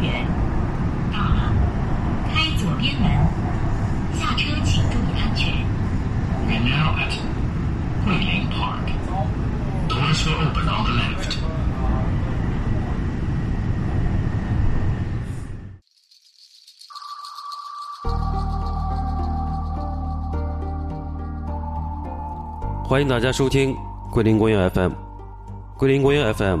园。到了，开左边门，下车请注意安全。 We are now at Guilin Park. Doors will open on the left. 欢迎大家收听桂林公园 FM。桂林公园 FM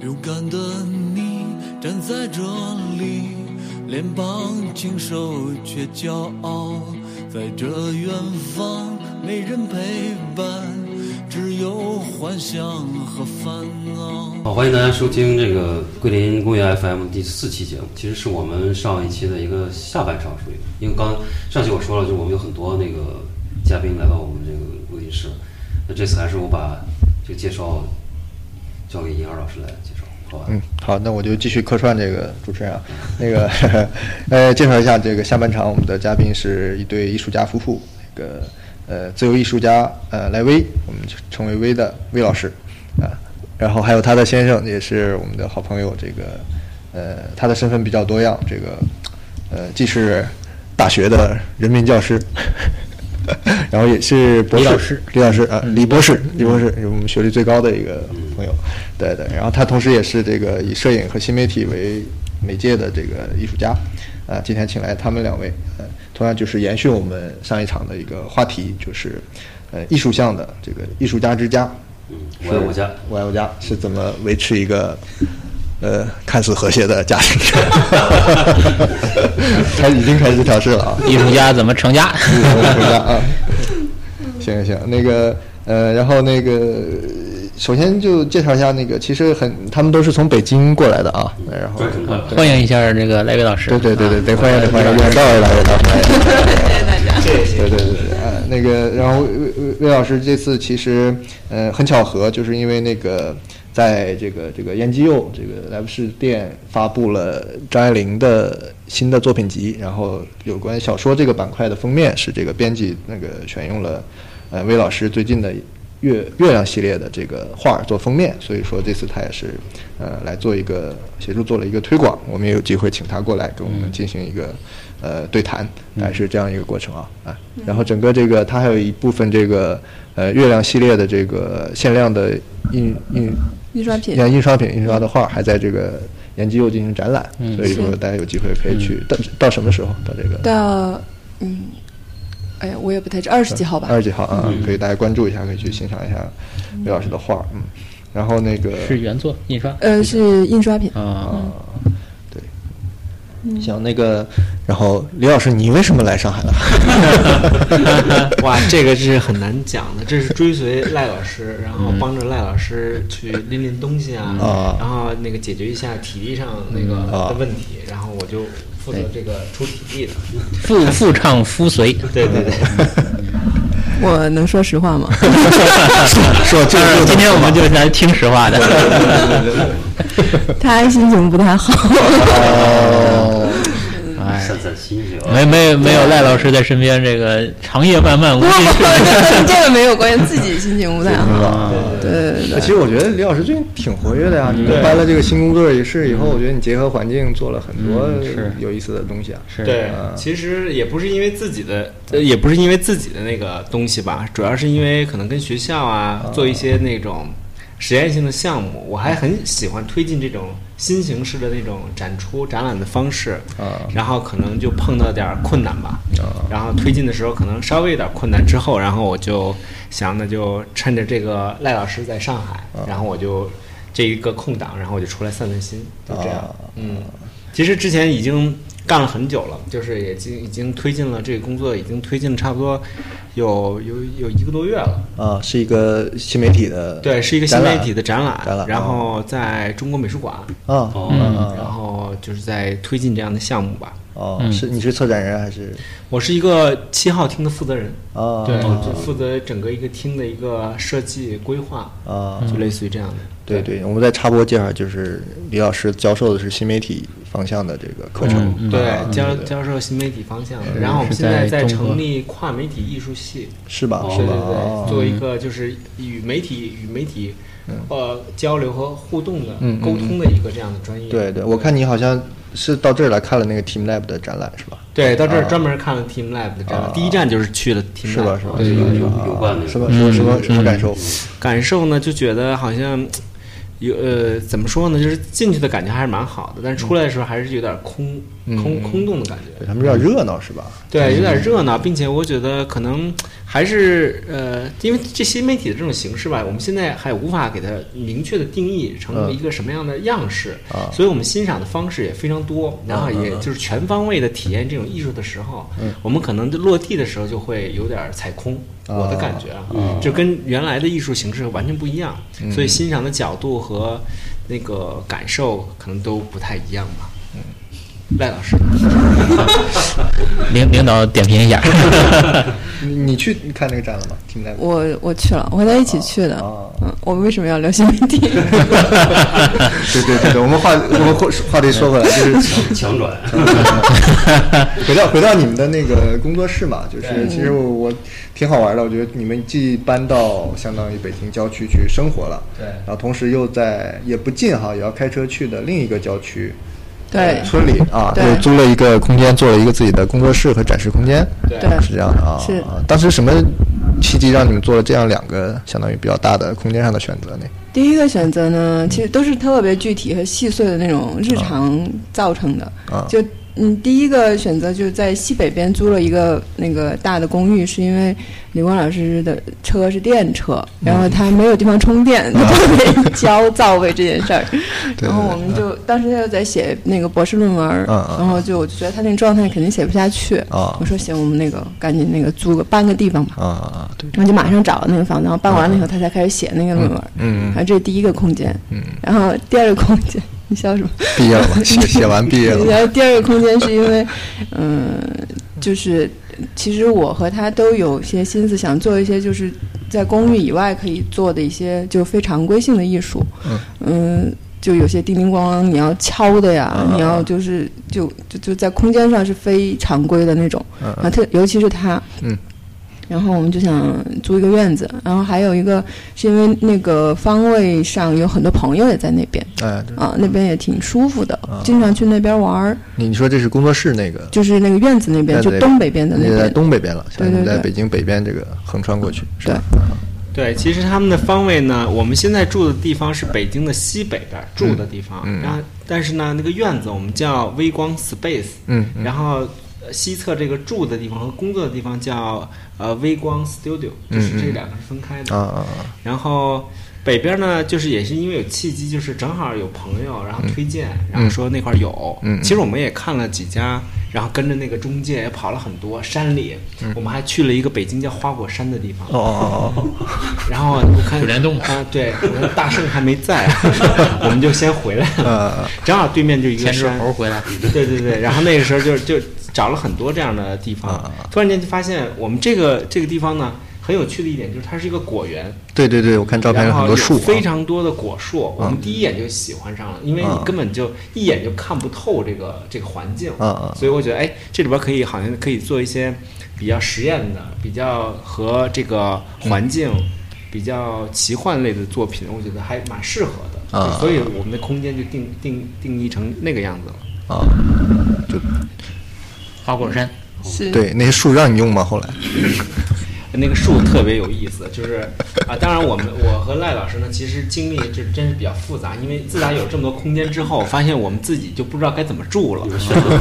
勇敢的你站在这里，脸庞清瘦却骄傲，在这远方没人陪伴，只有幻想和烦恼。好，欢迎大家收听这个桂林公园 FM 第四期节目，其实是我们上一期的一个下半场，属于因为刚上期我说了，就我们有很多那个嘉宾来到我们这个录音室，那这次还是我把这个介绍交给银儿老师来介绍，好吧？嗯，好，那我就继续客串这个主持人啊。 那个，呃，介绍一下这个下半场，我们的嘉宾是一对艺术家夫妇，那个呃，自由艺术家呃莱威，我们就称为威的威老师啊、然后还有他的先生，也是我们的好朋友，这个呃，他的身份比较多样，这个呃，既是大学的人民教师。 然后也是博士，李老师嗯李老师啊，李博士，李博士，我们学历最高的一个朋友，对对。然后他同时也是这个以摄影和新媒体为媒介的这个艺术家，啊，今天请来他们两位，呃，同样就是延续我们上一场的一个话题，就是呃艺术向的这个艺术家之家，嗯，我爱我家，我爱我家是怎么维持一个呃看似和谐的 家庭？ 他已经开始调试了啊。 艺术家怎么成家？ 回家啊。嗯行行行，那个呃，然后那个首先就介绍一下那个，其实很他们都是从北京过来的啊，然后专程过来欢迎一下这个莱维老师。对对对对，啊得欢迎得欢迎，远道而来远道而来。 对对对对，啊，那个，然后魏魏魏老师这次其实，呃，很巧合，就是因为那个，在这个这个燕姬佑这个莱布士店发布了张爱玲的新的作品集，然后有关小说这个板块的封面是这个编辑那个选用了，呃，魏老师最近的月月亮系列的这个画儿做封面，所以说这次他也是呃来做一个协助做了一个推广，我们也有机会请他过来跟我们进行一个、呃对谈，大概是这样一个过程啊啊，然后整个这个它还有一部分这个呃月亮系列的这个限量的印印印刷品印刷品印刷的画还在这个研究又进行展览，所以说大家有机会可以去到到什么时候到这个到嗯，哎呀，我也不太知二十几号吧，二十几号啊，可以大家关注一下，可以去欣赏一下刘老师的画，嗯，然后那个是原作印刷呃，是印刷品。嗯啊，对，像那个，然后李老师，你为什么来上海了？ 哇，这个是很难讲的，这是追随赖老师，然后帮着赖老师去拎拎东西啊，啊然后那个解决一下体力上那个的问题，然后我就负责这个出体力的。复复唱夫随，对对对，我能说 实话吗？说就就是 是 今天我们就来听实话的。他心情不太好。哦， 哎，散散心情啊。没没没有赖老师在身边，这个长夜漫漫无不心事。跟这个没有关系，自己心情 不太好。啊对对对呃其实我觉得李老师最近挺活跃的呀。你们搬了这个新工作也是以后，我觉得你结合环境做了很多有意思的东西啊。嗯是对，其实也不是因为自己的，呃，也不是因为自己的那个东西吧，主要是因为可能跟学校啊做一些那种实验性的项目，我还很喜欢推进这种新形式的那种展出展览的方式，啊然后可能就碰到点儿困难吧，然后推进的时候可能稍微有点困难之后，然后我就想那就趁着这个赖老师在上海，啊然后我就这一个空档，然后我就出来散散心，就这样，啊嗯。其实之前已经干了很久了，就是也经已经推进了这个工作，已经推进了差不多有有有一个多月了。啊，是一个新媒体的对，是一个新媒体的展览，啊展览哦然后在中国美术馆，啊，嗯然后就是在推进这样的项目吧。哦，是你是策展人还是我是一个七号厅的负责人，啊？对，就负责整个一个厅的一个设计规划，啊，就类似于这样的。对对，我们再插播介绍，就是李老师教授的是新媒体方向的这个课嗯程，啊对，教教授新媒体方向的，然后我嗯们呃是现在在在中国成立跨媒体艺术系，是吧？是对吧？对对，作哦嗯为一个就是与媒体与媒体呃交流和互动的嗯嗯沟通的一个这样的专业。对对，我看你好像是到这儿来看了那个 Team Lab 的展览是吧？对，到这儿专门看了 Team Lab 的展览，第一站就是去了 Team Lab，啊是吧？是吧？啊有有有关的什么什么什么什么感受？感受呢，就觉得好像有呃，怎么说呢，就是进去的感觉还是蛮好的，但是出来的时候还是有点空、嗯空空洞的感觉。对他们有点热闹是吧？对，有点热闹，并且我觉得可能还是呃，因为这新媒体的这种形式吧，我们现在还无法给它明确的定义成一个什么样的样式，啊所以我们欣赏的方式也非常多，然后也就是全方位的体验这种艺术的时候，我们可能就落地的时候就会有点踩空。我的感觉啊，嗯就跟原来的艺术形式完全不一样，所以欣赏的角度和那个感受可能都不太一样吧。赖老师，领领导点评一 下，你你去看那个展了吗？Team Lab 我我去了，我和他一起去的。啊嗯，我们为什么要聊新媒 体？对对对对，我们话我们话话得说回来，就是强转， 回到回到你们的那个工作室嘛，就是其实我我挺好玩的，我觉得你们既搬到相当于北京郊区去生活了，对然后同时又在也不近哈，也要开车去的另一个郊区，对村里啊，对又租了一个空间，做了一个自己的工作室和展示空间，对对是这样的啊。是啊当时什么契机让你们做了这样两个相当于比较大的空间上的选择呢？第一个选择嗯呢，其实都是特别具体和细碎的那种日常造成的。啊就嗯，第一个选择就是在西北边租了一个那个大的公寓，是因为李光老师的车是电车，嗯然后他没有地方 充电，就特别焦躁为这件事儿。对然后我们就当时他又在写那个博士论文儿，嗯嗯然后就我就觉得他那个状态肯定写不下去。啊我说行，我们那个赶紧那个租个搬个地方吧。啊啊，对，然后就马上找了那个房子，然后办完了以后，他才开始写那个论文。嗯嗯然后这是第一个空间，嗯，然后第二个空间， 你笑什么？毕业了嘛，写写完毕业了 嘛然后第二个空间是因为，嗯、就是其实我和他都有些心思想做一些就是在公寓以外可以做的一些就非常规性的艺术，嗯就有些叮叮咣咣你要敲的呀，啊你要就是就就就在空间上是非常规的那种，嗯嗯啊，特尤其是他，嗯。然后我们就想租一个院子，然后还有一个是因为那个方位上有很多朋友也在那边，哎，对啊，那边也挺舒服的，嗯经常去那边玩儿，你你说这是工作室那个，就是那个院子那边，就在东北边的那你在边。东北边了，像对你们对在对北京北边这个横穿过去，是吧？对，其实他们的方位呢，我们现在住的地方是北京的西北边儿住的地方，嗯然后但是呢，那个院子我们叫微光 space，嗯嗯然后呃西侧这个住的地方和工作的地方叫呃微光 studio，就是这两个是分开的。啊啊然后北边呢，就是也是因为有契机，就是正好有朋友，然后推荐，然后说那块儿有。嗯其实我们也看了几家，然后跟着那个中介也跑了很多山里，嗯我们还去了一个北京叫花果山的地方。哦哦哦哦，然后我看九连动啊，对，我看大圣还没 在，我们就先回来了啊。正好对面就一个牵着山，嗯猴回来，对对对。然后那个时候就就找了很多这样的地方，嗯突然间就发现我们这个这个地方呢，很有趣的一点就是它是一个果园，对对对，我看照片然上后很有多树啊，嗯非常多的果树，我们第一眼就喜欢上了，因为你根本就一眼就看不透这个这个环境嗯嗯，所以我觉得哎，这里边可以好像可以做一些比较实验的、比较和这个嗯环境比较奇幻类的作品，我觉得还蛮适合的，啊就所以我们的空间就定定定义成那个样子了。啊，就花果山，是，对那些树让你用吗？后来那个树特别有意思，就是啊，当然我们我和赖老师呢，其实经历就真是比较复杂，因为自打有这么多空间之后，发现我们自己就不知道该怎么住了，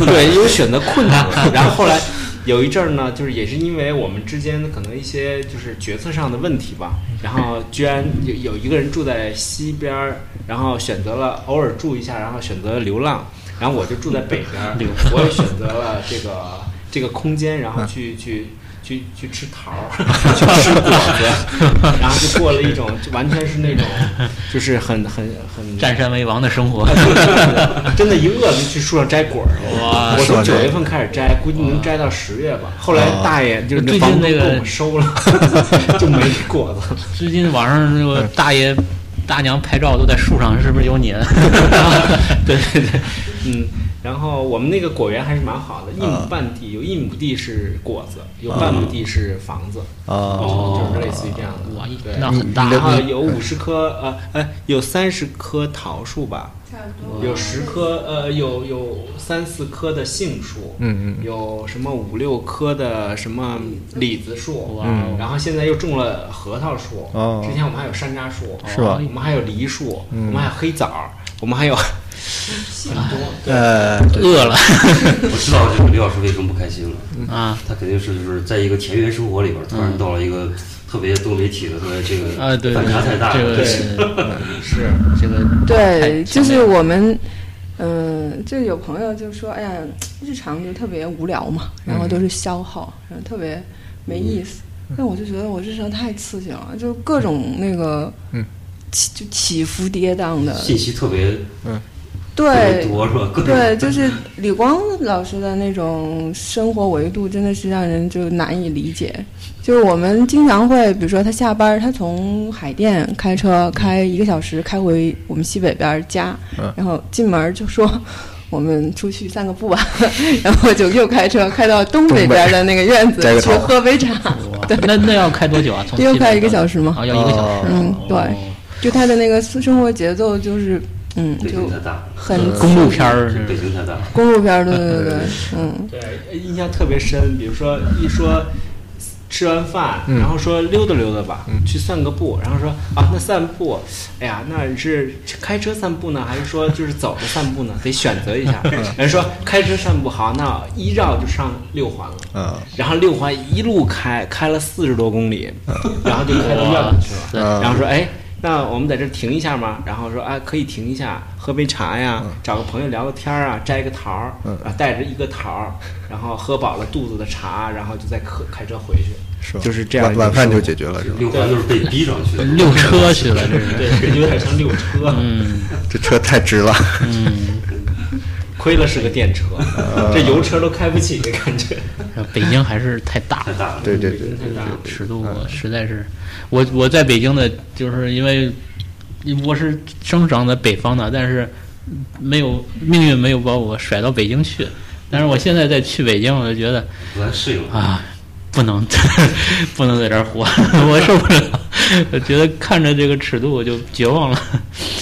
对，有选择困难了。然后后来有一阵儿呢，就是也是因为我们之间可能一些就是决策上的问题吧，然后居然有有一个人住在西边儿，然后选择了偶尔住一下，然后选择流浪，然后我就住在北边儿，我也选择了这个这个空间，然后去去去去吃桃儿，去吃果子，然后就过了一种就完全是那种就是很很嗯很占山为王的 生活。 真的，一饿了就去树上摘果儿去。哇我是吧啊从九月份开始摘，估计能摘到十月吧。后来大爷就是最近房东那给个我们收了， 就没果子。最近网上嗯那个大爷大娘拍照都在树上，是不是有你？ 对对对，嗯。然后我们那个果园还是蛮好的，一啊亩半地，有一亩地是果子，有半亩地是房子，哦就是类似于这样的。哇一对那你很大啊你然的后你嗯有五十棵呃呃，有三十棵桃树吧，有十棵呃有有三四棵的杏树，嗯嗯有什么五六棵的什么李子树，哇哦然后现在又种了核桃树，哦之前我们还有山楂树，是吧嗯我们还有梨树，我们还有黑枣儿，我们还有很多。呃，饿了我知道这个刘老师为什么不开心了，嗯啊他肯定是就是在一个田园生活里边儿，突然到了一个特别多媒体的，特别这个嗯啊！对反对差太大，这了。个嗯是这个 对，太就是强烈了我们，嗯、就有朋友就说，哎呀，日常就特别无聊嘛，然后都是消耗，然后特别没意思。但我就觉得我日常太刺激了，就各种那个，嗯起就起伏跌宕的，信息特别特别对。多是吧？各种对，就是李光老师的那种生活维度，真的是让人就难以理解。就是我们经常会，比如说他下班儿，他从海淀开车开一个小时，开回我们西北边儿家，嗯然后进门儿就说。我们出去散个步吧， 然后就又开车开到东北边儿的那个院子摘个去桃喝杯茶，对，那那要开多久啊？从要西开北一个到小时吗啊，要一个小时。嗯对哦就他的那个生活节奏就是，嗯，北就京太大了，很呃公路片儿北京太大了。公路片儿，对对对对，嗯，对，印象特别深。比如说一说吃完饭，然后说溜达溜达吧，去散个步，然后说啊，那散步，哎呀，那你是开车散步呢，还是说就是走着散步呢？得选择一下。人说开车散步好，那一绕就上六环了。嗯然后六环一路开，开了四十多公里，然后就开到院子去了。啊哇然后说，哎，那我们在这儿停一下吗？然后说，啊，可以停一下，喝杯茶嗯呀，找个朋友聊个天儿啊，摘个桃儿，啊，带着一个桃儿，然后喝饱了肚子的茶，然后就再开开车回去。是吧就是这样晚一个晚饭生就活解决了，是吧？六环都是被逼上去的，对，溜车去了，这是。对，有点像溜车，嗯这车太值了，嗯，亏了是个电车，嗯这油车都开不起的感觉。北京还是太大太了。大了。对对对，尺度嗯我实在是，我我在北京的，就是因为我是生长在北方的，但是没有命运没有把我甩到北京去。但是我现在再去北京，我就觉得不太适应了。啊，不能 不能在这儿 活，我受不了。我觉得看着这个尺度我就绝望了。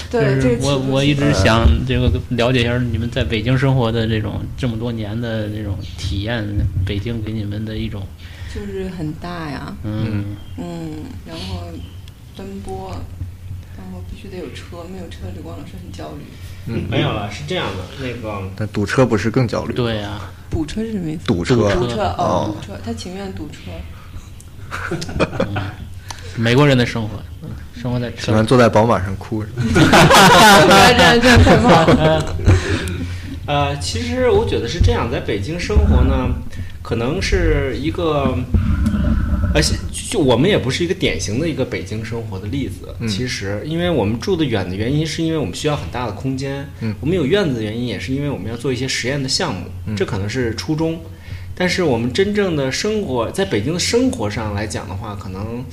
对，就这是个我尺度我是一直想这个了解一下你们在北京生活的这种这么多年的这种体验，北京给你们的一种就是很大呀，嗯嗯，然后奔波，然后必须得有车，没有车李光老师很焦虑。嗯没有了，是这样的，那个但堵车不是更焦虑？对啊呀、堵车是什么意思？堵车堵车哦哦，堵车，他情愿堵 车。美国人的生活，生活在喜车欢上。坐在宝马上哭是吧？不要这样，这样 太冒了。呃，其实我觉得是这样，在北京生活呢，可能是一个，而且就我们也不是一个典型的一个北京生活的例子。其实，因为我们住得远的原因，是因为我们需要很大的空间。嗯我们有院子的原因，也是因为我们要做一些实验的项目，这可能是初衷。但是我们真正的生活，在北京的生活上来讲的话，可能，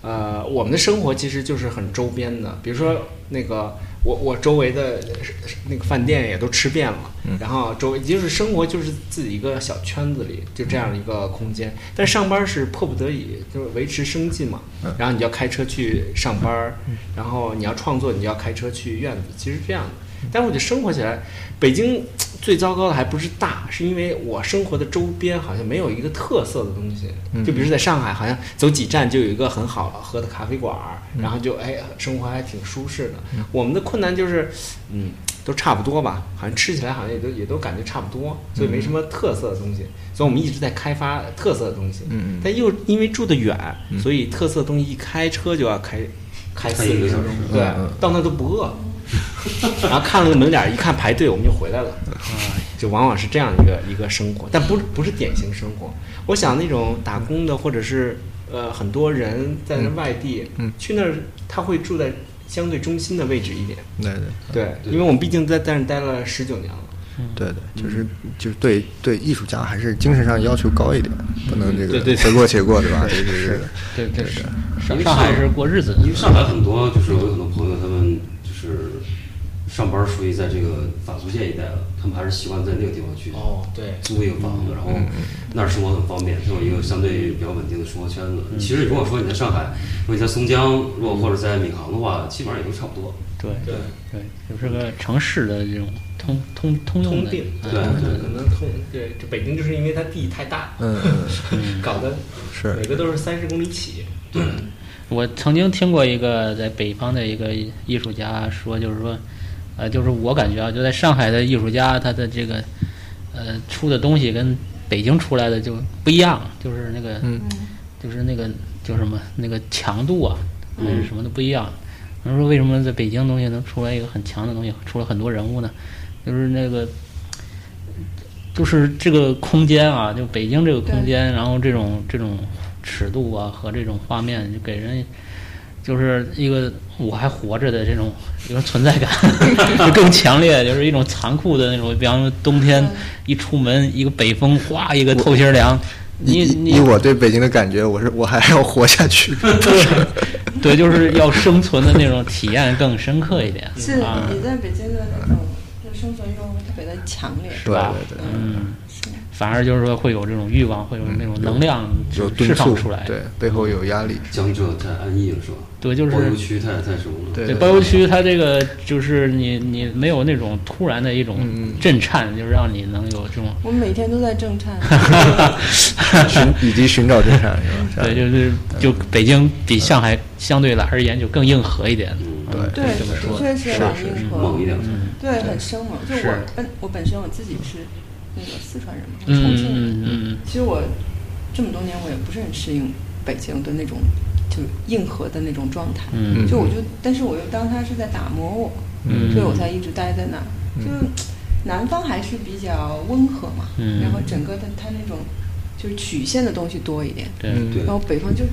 呃，我们的生活其实就是很周边的，比如说那个我我周围的呃是是那个饭店也都吃遍了，然后周围就是生活就是自己一个小圈子里就这样一个空间，但上班是迫不得已，就是维持生计嘛，然后你就要开车去上班儿，然后你要创作，你就要开车去院子，其实这样的。但我觉得生活起来，北京最糟糕的还不是大，是因为我生活的周边好像没有一个特色的东西。嗯就比如在上海，好像走几站就有一个很好喝的咖啡馆儿，然后就哎生活还挺舒适的。嗯我们的困难就是，嗯，都差不多吧，好像吃起来好像也都也都感觉差不多，所以没什么特色的东西。嗯所以我们一直在开发特色的东西，嗯嗯但又因为住得远，所以特色的东西一开车就要开开四嗯开一十个分小钟时，对嗯嗯， 到那都不饿。然后看了个门脸儿，一看排队，我们就回来了。就往往是这样一个一个生活，但不不是典型生活。我想那种打工的，或者是呃很多人在那外地，嗯嗯去那儿他会住在相对中心的位置一点，对对对，因为我们毕竟在在那儿待了十九年了。对对，就是嗯就是对对艺术家还是精神上要求高一点，不能这对个对得过且过，对吧？对对对。对对对，上上海是过日子的，因为上海很多就是我有很多朋友，他们就是上班属于在这个法租界一带了，他们还是习惯在那个地方去哦，对，租一个房子，然后那儿生活很方便，他有一个相对比较稳定的生活圈子。其实如果说你在上海，如果你在松江，如果或者在闵行的话，基本上也都差不多。对对对，就是个城市的这种通通通用通的病，，对可能通对，这北京就是因为它地太大，嗯嗯， 搞得是每个都是三十公里起，我曾经听过一个在北方的一个艺术家说，就是说，呃，就是我感觉啊，就在上海的艺术家，他的这个，呃，出的东西跟北京出来的就不一样，就是那个，嗯就是那个，就是什么那个强度啊，还是什么都不一样。他说为什么在北京东西能出来一个很强的东西，出了很多人物呢？就是那个，啊就是这个空间啊，就北京这个空间，然后这种这种尺度啊和这种画面，就给人就是一个我还活着的这种有种存在感，就更强烈，就是一种残酷的那种。比方说冬天一出门，一个北风，哗，一个透心凉。你以你以我对北京的感觉，我是我还要活下 去。对，就是要生存的那种体验更深刻一点。是啊，你在北京的那种就生存欲望会特别的强烈，对吧对对，嗯，反而就是说会有这种欲望，会有那种能量有释敦释促放出来。对，背后有压 力。江浙太安逸了，是吧？对，就是包邮区太太什么了？嗯对对，包邮区它这个就是你你没有那种突然的一种嗯嗯震颤，就是让你能有这种，我每天都在 震颤。寻以及寻找真善是吧？对，就是就北京比上海相对来而言就更硬核一点，嗯嗯对可以这么说。确实蛮硬核猛一点。嗯对，很生猛。就是我本我本身我自己是那个四川人嘛，我嗯重嗯庆人。嗯嗯其实我这么多年我也不是很适应北京的那种就硬核的那种状态，嗯就我就但是我又当它是在打磨我，嗯所以我才一直待在那儿。就是南方还是比较温和嘛，嗯然后整个的它那种就是曲线的东西多一点，对嗯对然后北方就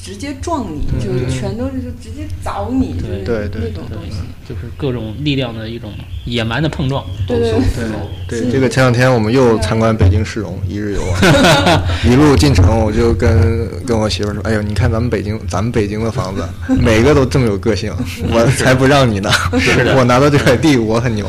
直接撞你，就是全都是就直接凿你，就是对对那种东西。呃就是各种力量的一种野蛮的碰撞。对对对对，这个前两天我们又参观北京市容一日游啊， 一路进城我就跟跟我媳妇儿说：“哎呦，你看咱们北京，咱们北京的房子每个都这么有个 性，我才不让你呢！我拿到这块地我很牛，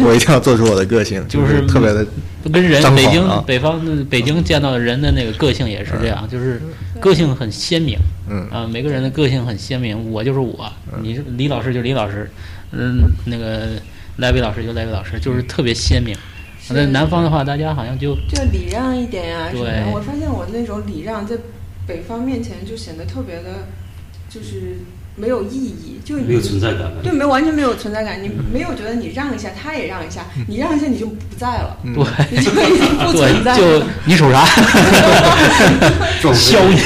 我一定要做出我的个性，就是是特别的就跟人张北狂京、啊北方的北京见到的人的那个个性也是这样，就是个性很鲜明，嗯啊，每个人的个性很鲜明，我就是我，你是李老师就李老师，嗯，那个赖伟老师就赖伟老师，就是特别鲜明。那南方的话，大家好像就就礼让一点呀、什么的对。我发现我那种礼让在北方面前就显得特别的，就是没有意义，就没有存在感嗯了。对，没有完全没有存在感。你没有觉得你让一下，他也让一下，嗯你让一下你就不在了，嗯对 你就已经不存在对，就了。你属啥，撞飞 削你，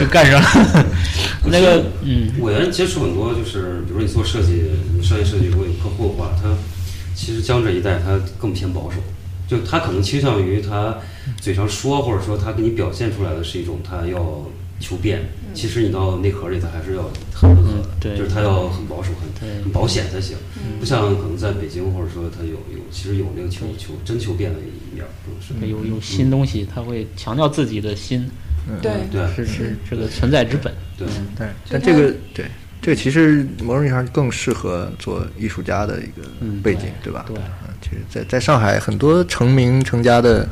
就干上了。那个，嗯，我原来接触很多，就是比如你做设计，你商业设计如果有客户的话，他其实江浙一带他更偏保守，就他可能倾向于他嘴上说，或者说他给你表现出来的是一种他要求变，其实你到内核里他还是要很温和的，嗯对就是他要很保守、对很很保险才行，不像可能在北京或者说他有有其实有那个求求真求变的一面，可能是有有新东西，他会强调自己的心，嗯对，对是是这个存在之本。对。对，但这它个对这个其实某种意义上更适合做艺术家的一个嗯背景，对吧？对嗯，其实在在上海，很多成名成家的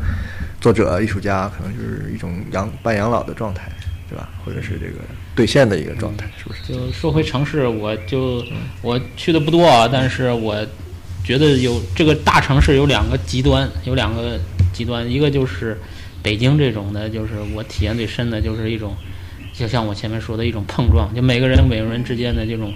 作者、艺术家，可能就是一种养半养老的状态，对吧？或者是这个兑现的一个状态，是不是？就说回城市，我就我去的不多啊，但是我觉得有这个大城市有两个极端，有两个极端，一个就是北京这种的，就是我体验最深的就是一种，就像我前面说的一种碰撞，就每个人和每个人之间的这种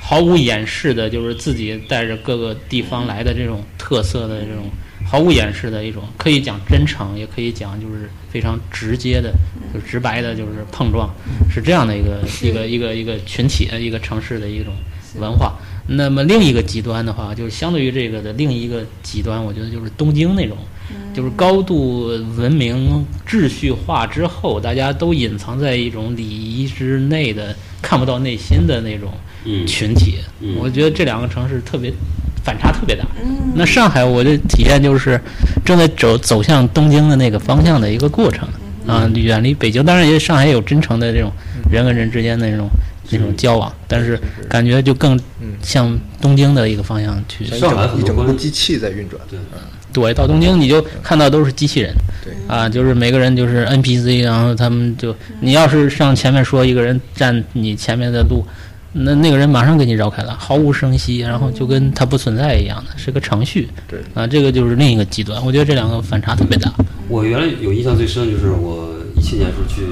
毫无掩饰的，就是自己带着各个地方来的这种特色的这种毫无掩饰的一种，可以讲真诚，也可以讲就是非常直接的，就是直白的，就是碰撞，是这样的一个一个一个一个群体，呃一个城市的一种文化。那么另一个极端的话，就是相对于这个的另一个极端，我觉得就是东京那种，就是高度文明秩序化之后，大家都隐藏在一种礼仪之内的，看不到内心的那种嗯群体。嗯我觉得这两个城市特别反差特别大。那上海我的体验就是正在走走向东京的那个方向的一个过程啊，远离北京。当然，也上海也有真诚的这种人跟人之间的那种那嗯种交往，但是感觉就更向东京的一个方向去。上海很一多整个关机器在运转，对，到东京你就看到都是机器人，对啊，就是每个人就是 NPC，然后他们就你要是上前面说一个人占你前面的路，那那个人马上给你绕开了，毫无声息，然后就跟他不存在一样的，是个程序。对啊，这个就是另一个极端，我觉得这两个反差特别大。我原来有印象最深的就是我一七年时候去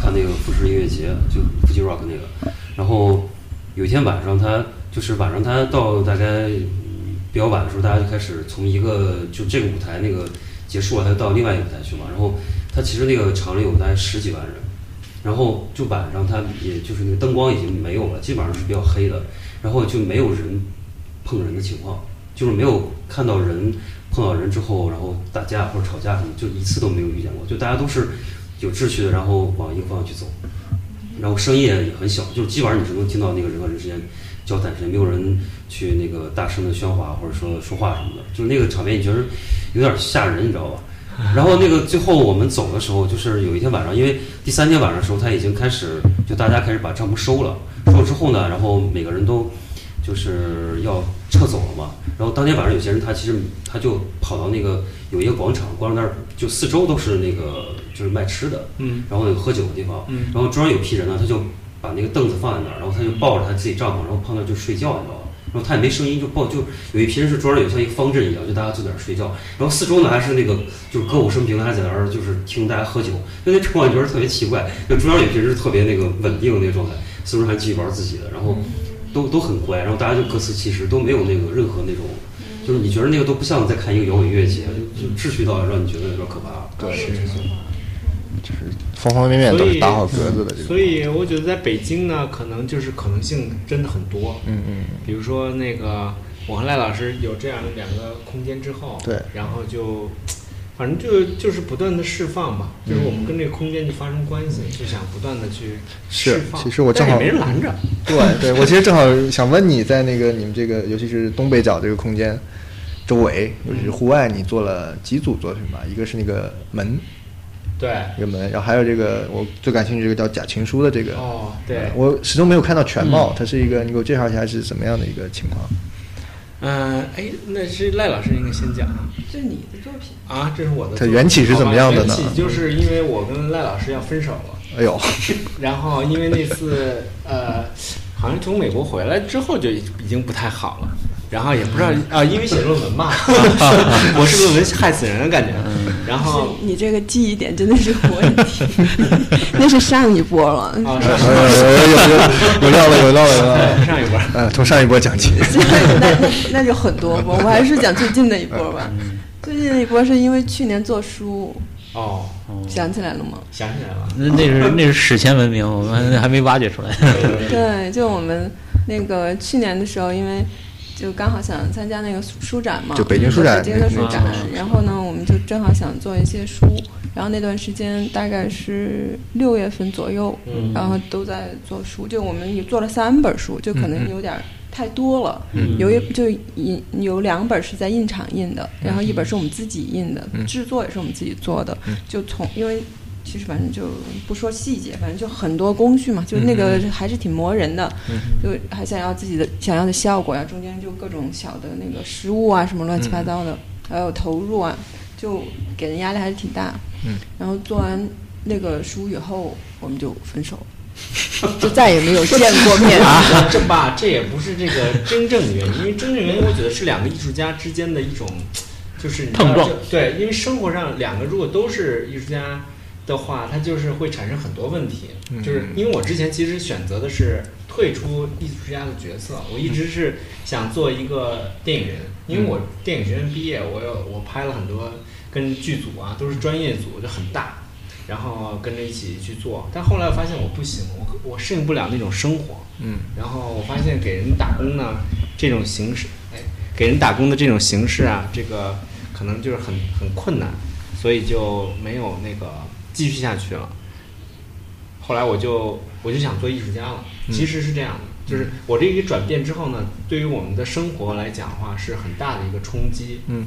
看那个富士音乐节，就富士 rock 那个，然后有一天晚上他就是晚上他到大概嗯比较晚的时候，大家就开始从一个就这个舞台那个结束了，啊他就到另外一个舞台去嘛。然后他其实那个场里有大概十几万人，然后就晚上他也就是那个灯光已经没有了，基本上是比较黑的，然后就没有人碰人的情况，就是没有看到人碰到人之后，然后打架或者吵架什么，就一次都没有遇见过。就大家都是有秩序的，然后往一个方向去走，然后声音也很小，就是基本上你是能听到那个人和人之间交谈声，没有人去那个大声的喧哗或者说说话什么的，就是那个场面，你觉得有点吓人，你知道吧？然后那个最后我们走的时候，就是有一天晚上，因为第三天晚上的时候，他已经开始就大家开始把帐篷收了，收了之后呢，然后每个人都就是要撤走了嘛。然后当天晚上有些人他其实他就跑到那个有一个广场，广场那儿就四周都是那个就是卖吃的，嗯，然后有喝酒的地方，嗯然后突然有批人呢，他就把那个凳子放在那儿，然后他就抱着他自己帐篷，然后碰到就睡觉，你知道吧？然后他也没声音，就抱就有一批人是桌上有像一个方阵一样，就大家坐在那儿睡觉，然后四周呢还是那个就是歌舞升平，大家在那儿就是听大家喝酒，就那场我觉得特别奇怪，就中央有些人是特别那个稳定的那个状态，四周人还继续玩自己的，然后都都很乖，然后大家就各司其职，都没有那个任何那种，就是你觉得那个都不像在看一个摇滚乐节，就就秩序到让你觉得有点可怕。对，就是方方面面都所是以打好格子的这种。所以我觉得在北京呢，可能就是可能性真的很多。嗯嗯。比如说那个我和赖老师有这样两个空间之后，对然后就。反正就就是不断的释放吧，就是嗯我们跟这个空间就发生关系，就想不断的去是释放。其实我但正好也没人拦着，对对，我其实正好想问你，在那个你们这个，尤其是东北角这个空间周围，尤其是户外，你做了几组作品吧？一个是那个门，对，一个门，然后还有这个我最感兴趣这个叫假情书的这个。哦对呃我始终没有看到全貌，它是一个，你给我介绍一下是什么样的一个情况？嗯、哎，那是赖老师应该先讲啊。这是你的作品，啊，这是我的它作缘起是怎么样的呢好吧缘起就是因为我跟赖老师要分手了，哎呦，然后因为那次呃，好像从美国回来之后就已经不太好了。然后也不知道啊，因为写论文嘛，我是论文害死人的感觉。然后是你这个记忆点真的是有问 题，那是上一波了。啊，上 哎呦有有有料了，有料了，有料了。 上一波，呃，从上一波讲起。 那那那就很多波，我还是讲最近的一波吧。最近的一波是因为去年做书，哦，想起来了吗？想起来了，那那是那是史前文明，我们还没挖掘出来。对，就我们那个去年的时候，因为就刚好想参加那个书书展嘛，就北京书展北京的书展那那，然后呢，我们就正好想做一些书，然后那段时间大概是六月份左右，嗯然后都在做书，就我们也做了三本书，就可能有点儿太多了，嗯有一就印有两本是在印厂印的，嗯然后一本是我们自己印的，制作也是我们自己做的，嗯就从因为。其实反正就不说细节，反正就很多工序嘛，就那个还是挺磨人的，就还想要自己的想要的效果呀、中间就各种小的那个失误啊，什么乱七八糟的，还有投入啊，就给人压力还是挺大。嗯，然后做完那个书以后，我们就分手，就再也没有见过面。这吧，这也不是这个真正的原因，因为真正原因，我觉得是两个艺术家之间的一种，就是你知道碰撞这。对，因为生活上两个如果都是艺术家的话，他就是会产生很多问题。嗯就是因为我之前其实选择的是退出艺术家的角色，我一嗯直是想做一个电影人，因为我电影学院毕业，我有我拍了很多跟剧组啊，都是专业组，就很大。然后跟着一起去做，但后来我发现我不行，我我适应不了那种生活，嗯，然后我发现给人打工呢，这种形式，哎给人打工的这种形式啊，这个可能就是很很困难，所以就没有那个继续下去了。后来我就我就想做艺术家了，嗯其实是这样的，就是我这一个转变之后呢，对于我们的生活来讲的话，是很大的一个冲击。嗯，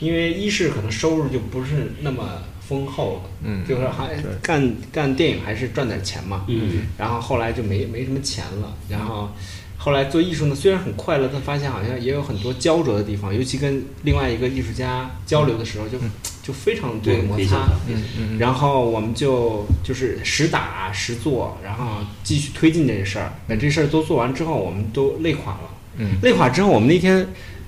因为一是可能收入就不是那么丰厚了，嗯就是还对干干电影还是赚点钱嘛，嗯，然后后来就没没什么钱了，然后后来做艺术呢，虽然很快乐，但发现好像也有很多焦灼的地方，尤其跟另外一个艺术家交流的时候就，就、非常多的摩对非常擦多，嗯嗯然后我们就就是实打实做，然后继续推进这个事儿，把这事儿都做完之后，我们都累垮了。嗯累垮之后，我们那天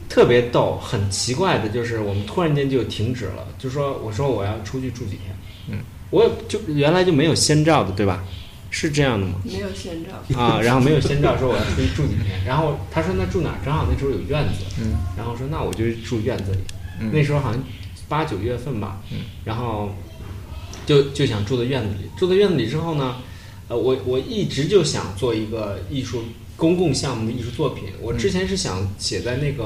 特别逗，很奇怪的就是我们突然间就停止了，就说我说我要出去住几天，嗯，我也就原来就没有先兆的，对吧？是这样的吗？没有现状。 啊，然后没有先兆说我要出去住几天，然后他说那住哪儿？正好那时候有院子，嗯，然后说那我就住院子里，嗯那时候好像八九月份吧，嗯，然后就就想住在院子里，住在院子里之后呢，呃，我我一直就想做一个艺术公共项目的艺术作品，我之前是想写在那个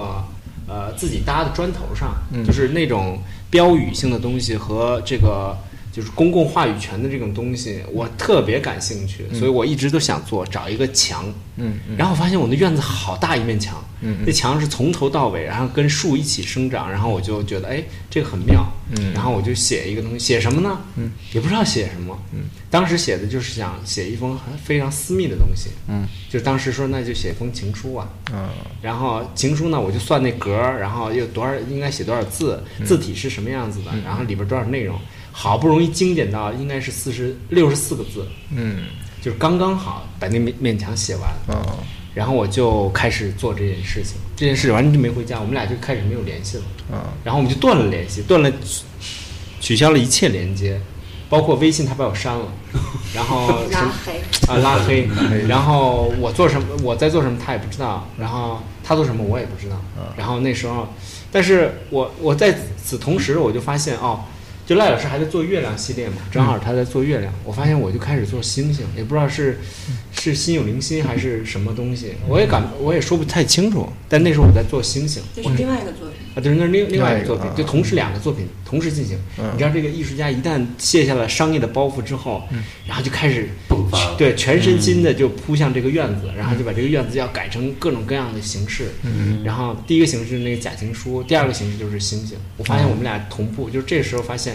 呃自己搭的砖头上，嗯就是那种标语性的东西和这个。就是公共话语权的这种东西，我特别感兴趣，所以我一直都想做，找一个墙，嗯嗯然后我发现我的院子好大一面墙，嗯嗯那墙是从头到尾，然后跟树一起生长，然后我就觉得哎，这个很妙，嗯然后我就写一个东西，写什么呢？嗯，也不知道写什么，嗯，当时写的就是想写一封很非常私密的东西，嗯，就当时说那就写封情书啊，啊然后情书呢，我就算那格儿，然后有多少应该写多少字，嗯字体是什么样子的，然后里边多少内容，好不容易精简到应该是四十六十四个字，嗯就是刚刚好把那面面墙写完，嗯啊然后我就开始做这件事情，这件事完全就没回家，我们俩就开始没有联系了，啊然后我们就断了联系，断了取取消了一切连接，包括微信他把我删 了，然后什拉么黑，啊 拉黑，然后我做什么我在做什么他也不知道，然后他做什么我也不知道，然后那时候，但是我我在此同时我就发现哦。就赖老师还在做月亮系列嘛，正好他在做月亮，我发现我就开始做星星，也不知道是是心有灵犀还是什么东西，我也感我也说不太清楚。但那时候我在做星星，这是另外一个作品。啊，对，那是另另外一另外一个个作品啊，就同时两个作品同时进行。嗯你知道这个艺术家一旦卸下了商业的包袱之后，然后就开始迸发了对全身心的就扑向这个院子，然后就把这个院子要改成各种各样的形式。然后第一个形式是那个假情书，第二个形式就是星星。我发现我们俩同步，就是这时候发现，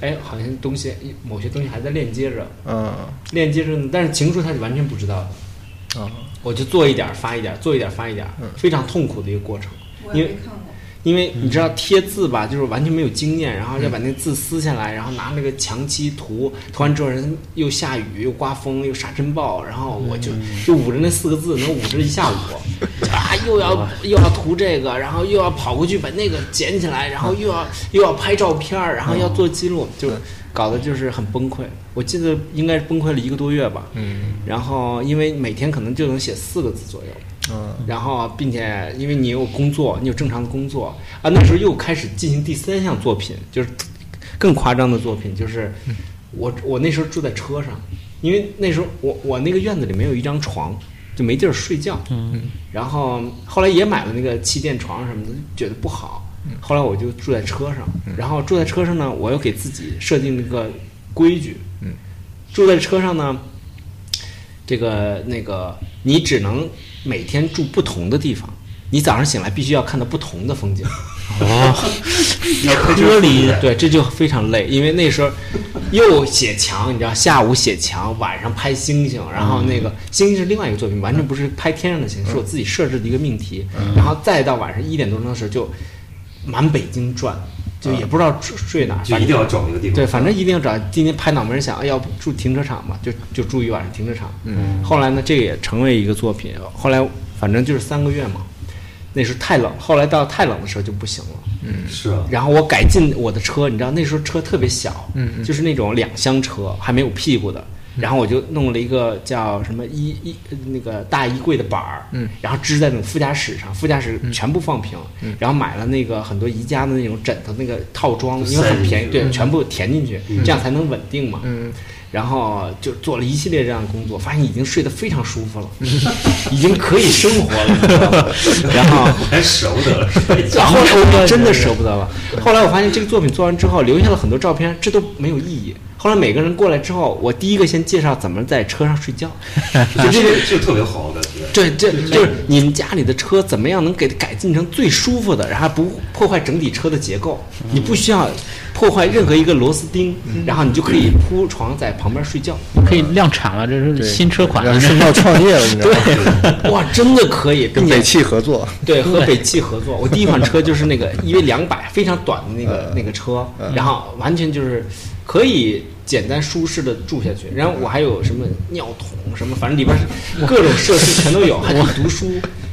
哎，好像东西某些东西还在链接着，嗯啊链接着呢，但是情书他是完全不知道的。啊！我就做一点儿发一点儿，做一点儿发一点儿，非常痛苦的一个过程。我因也为没看过。因为你知道贴字吧，就是完全没有经验，然后要把那字撕下来，然后拿那个墙漆涂，涂完之后人又下雨又刮风又沙尘暴，然后我就就捂着那四个字能捂着一下午，就啊又要又要涂这个，然后又要跑过去把那个捡起来，然后又要又要拍照片儿，然后要做记录，就搞得就是很崩溃。我记得应该是崩溃了一个多月吧，嗯然后因为每天可能就能写四个字左右，啊嗯然后并且因为你有工作，你有正常的工作啊，那时候又开始进行第三项作品，就是更夸张的作品，就是我我那时候住在车上，因为那时候我我那个院子里没有一张床，就没地儿睡觉，嗯，然后后来也买了那个气垫床什么的，觉得不好，后来我就住在车上，然后住在车上呢，我又给自己设定了一个规矩，嗯，住在车上呢。这个那个，你只能每天住不同的地方。你早上醒来必须要看到不同的风景，哦 车里对，这就非常累，因为那时候又写墙，你知道，下午写墙，晚上拍星星，然后那嗯个星星是另外一个作品，完全不是拍天上的星，是我自己设置的一个命题，嗯然后再到晚上一点多钟的时候就满北京转，就也不知道睡睡哪儿，嗯就反一正定要找一个地方。对，反正一定要找。今天拍脑门儿想，哎，要不住停车场嘛，就就住一晚上停车场。嗯。后来呢，这个也成为一个作品。后来反正就是三个月嘛，那时候太冷，后来到太冷的时候就不行了。是啊，然后我嗯改进我的车，你知道那时候车特别小，嗯，就是那种两厢车，还没有屁股的。然后我就弄了一个叫什么衣衣那个大衣柜的板儿，嗯，然后支在那种副驾驶上，副驾驶全部放平，嗯然后买了那个很多宜家的那种枕头那个套装，因为很便宜，对，全部填进去，这样才能稳定嘛，嗯，然后就做了一系列这样的工作，发现已经睡得非常舒 服了，已经可以生活了你知道吗， 然后。还舍不得 睡觉。然后我真的舍不得了。后来我发现这个作品做完之后，留下了很多照片，这都没有意义。后来每个人过来之后，我第一个先介绍怎么在车上睡觉，就这个。就特别好感觉。对，这就是你们家里的车怎么样能给它改进成最舒服的，然后不破坏整体车的结构。你不需要破坏任何一个螺丝钉，然后你就可以铺床在旁边睡觉。可以量产了，这是新车款让人顺道创业了，你知 道吗？哇，真的可以，跟并且北汽合作，对，和北汽合作。我第一款车就是 那个 EV 两百，非常短的嗯那个那个车，然后完全就是可以简单舒适的住下去。然后我还有什么尿桶什么，反正里边是各种设施全都有，还可以读书。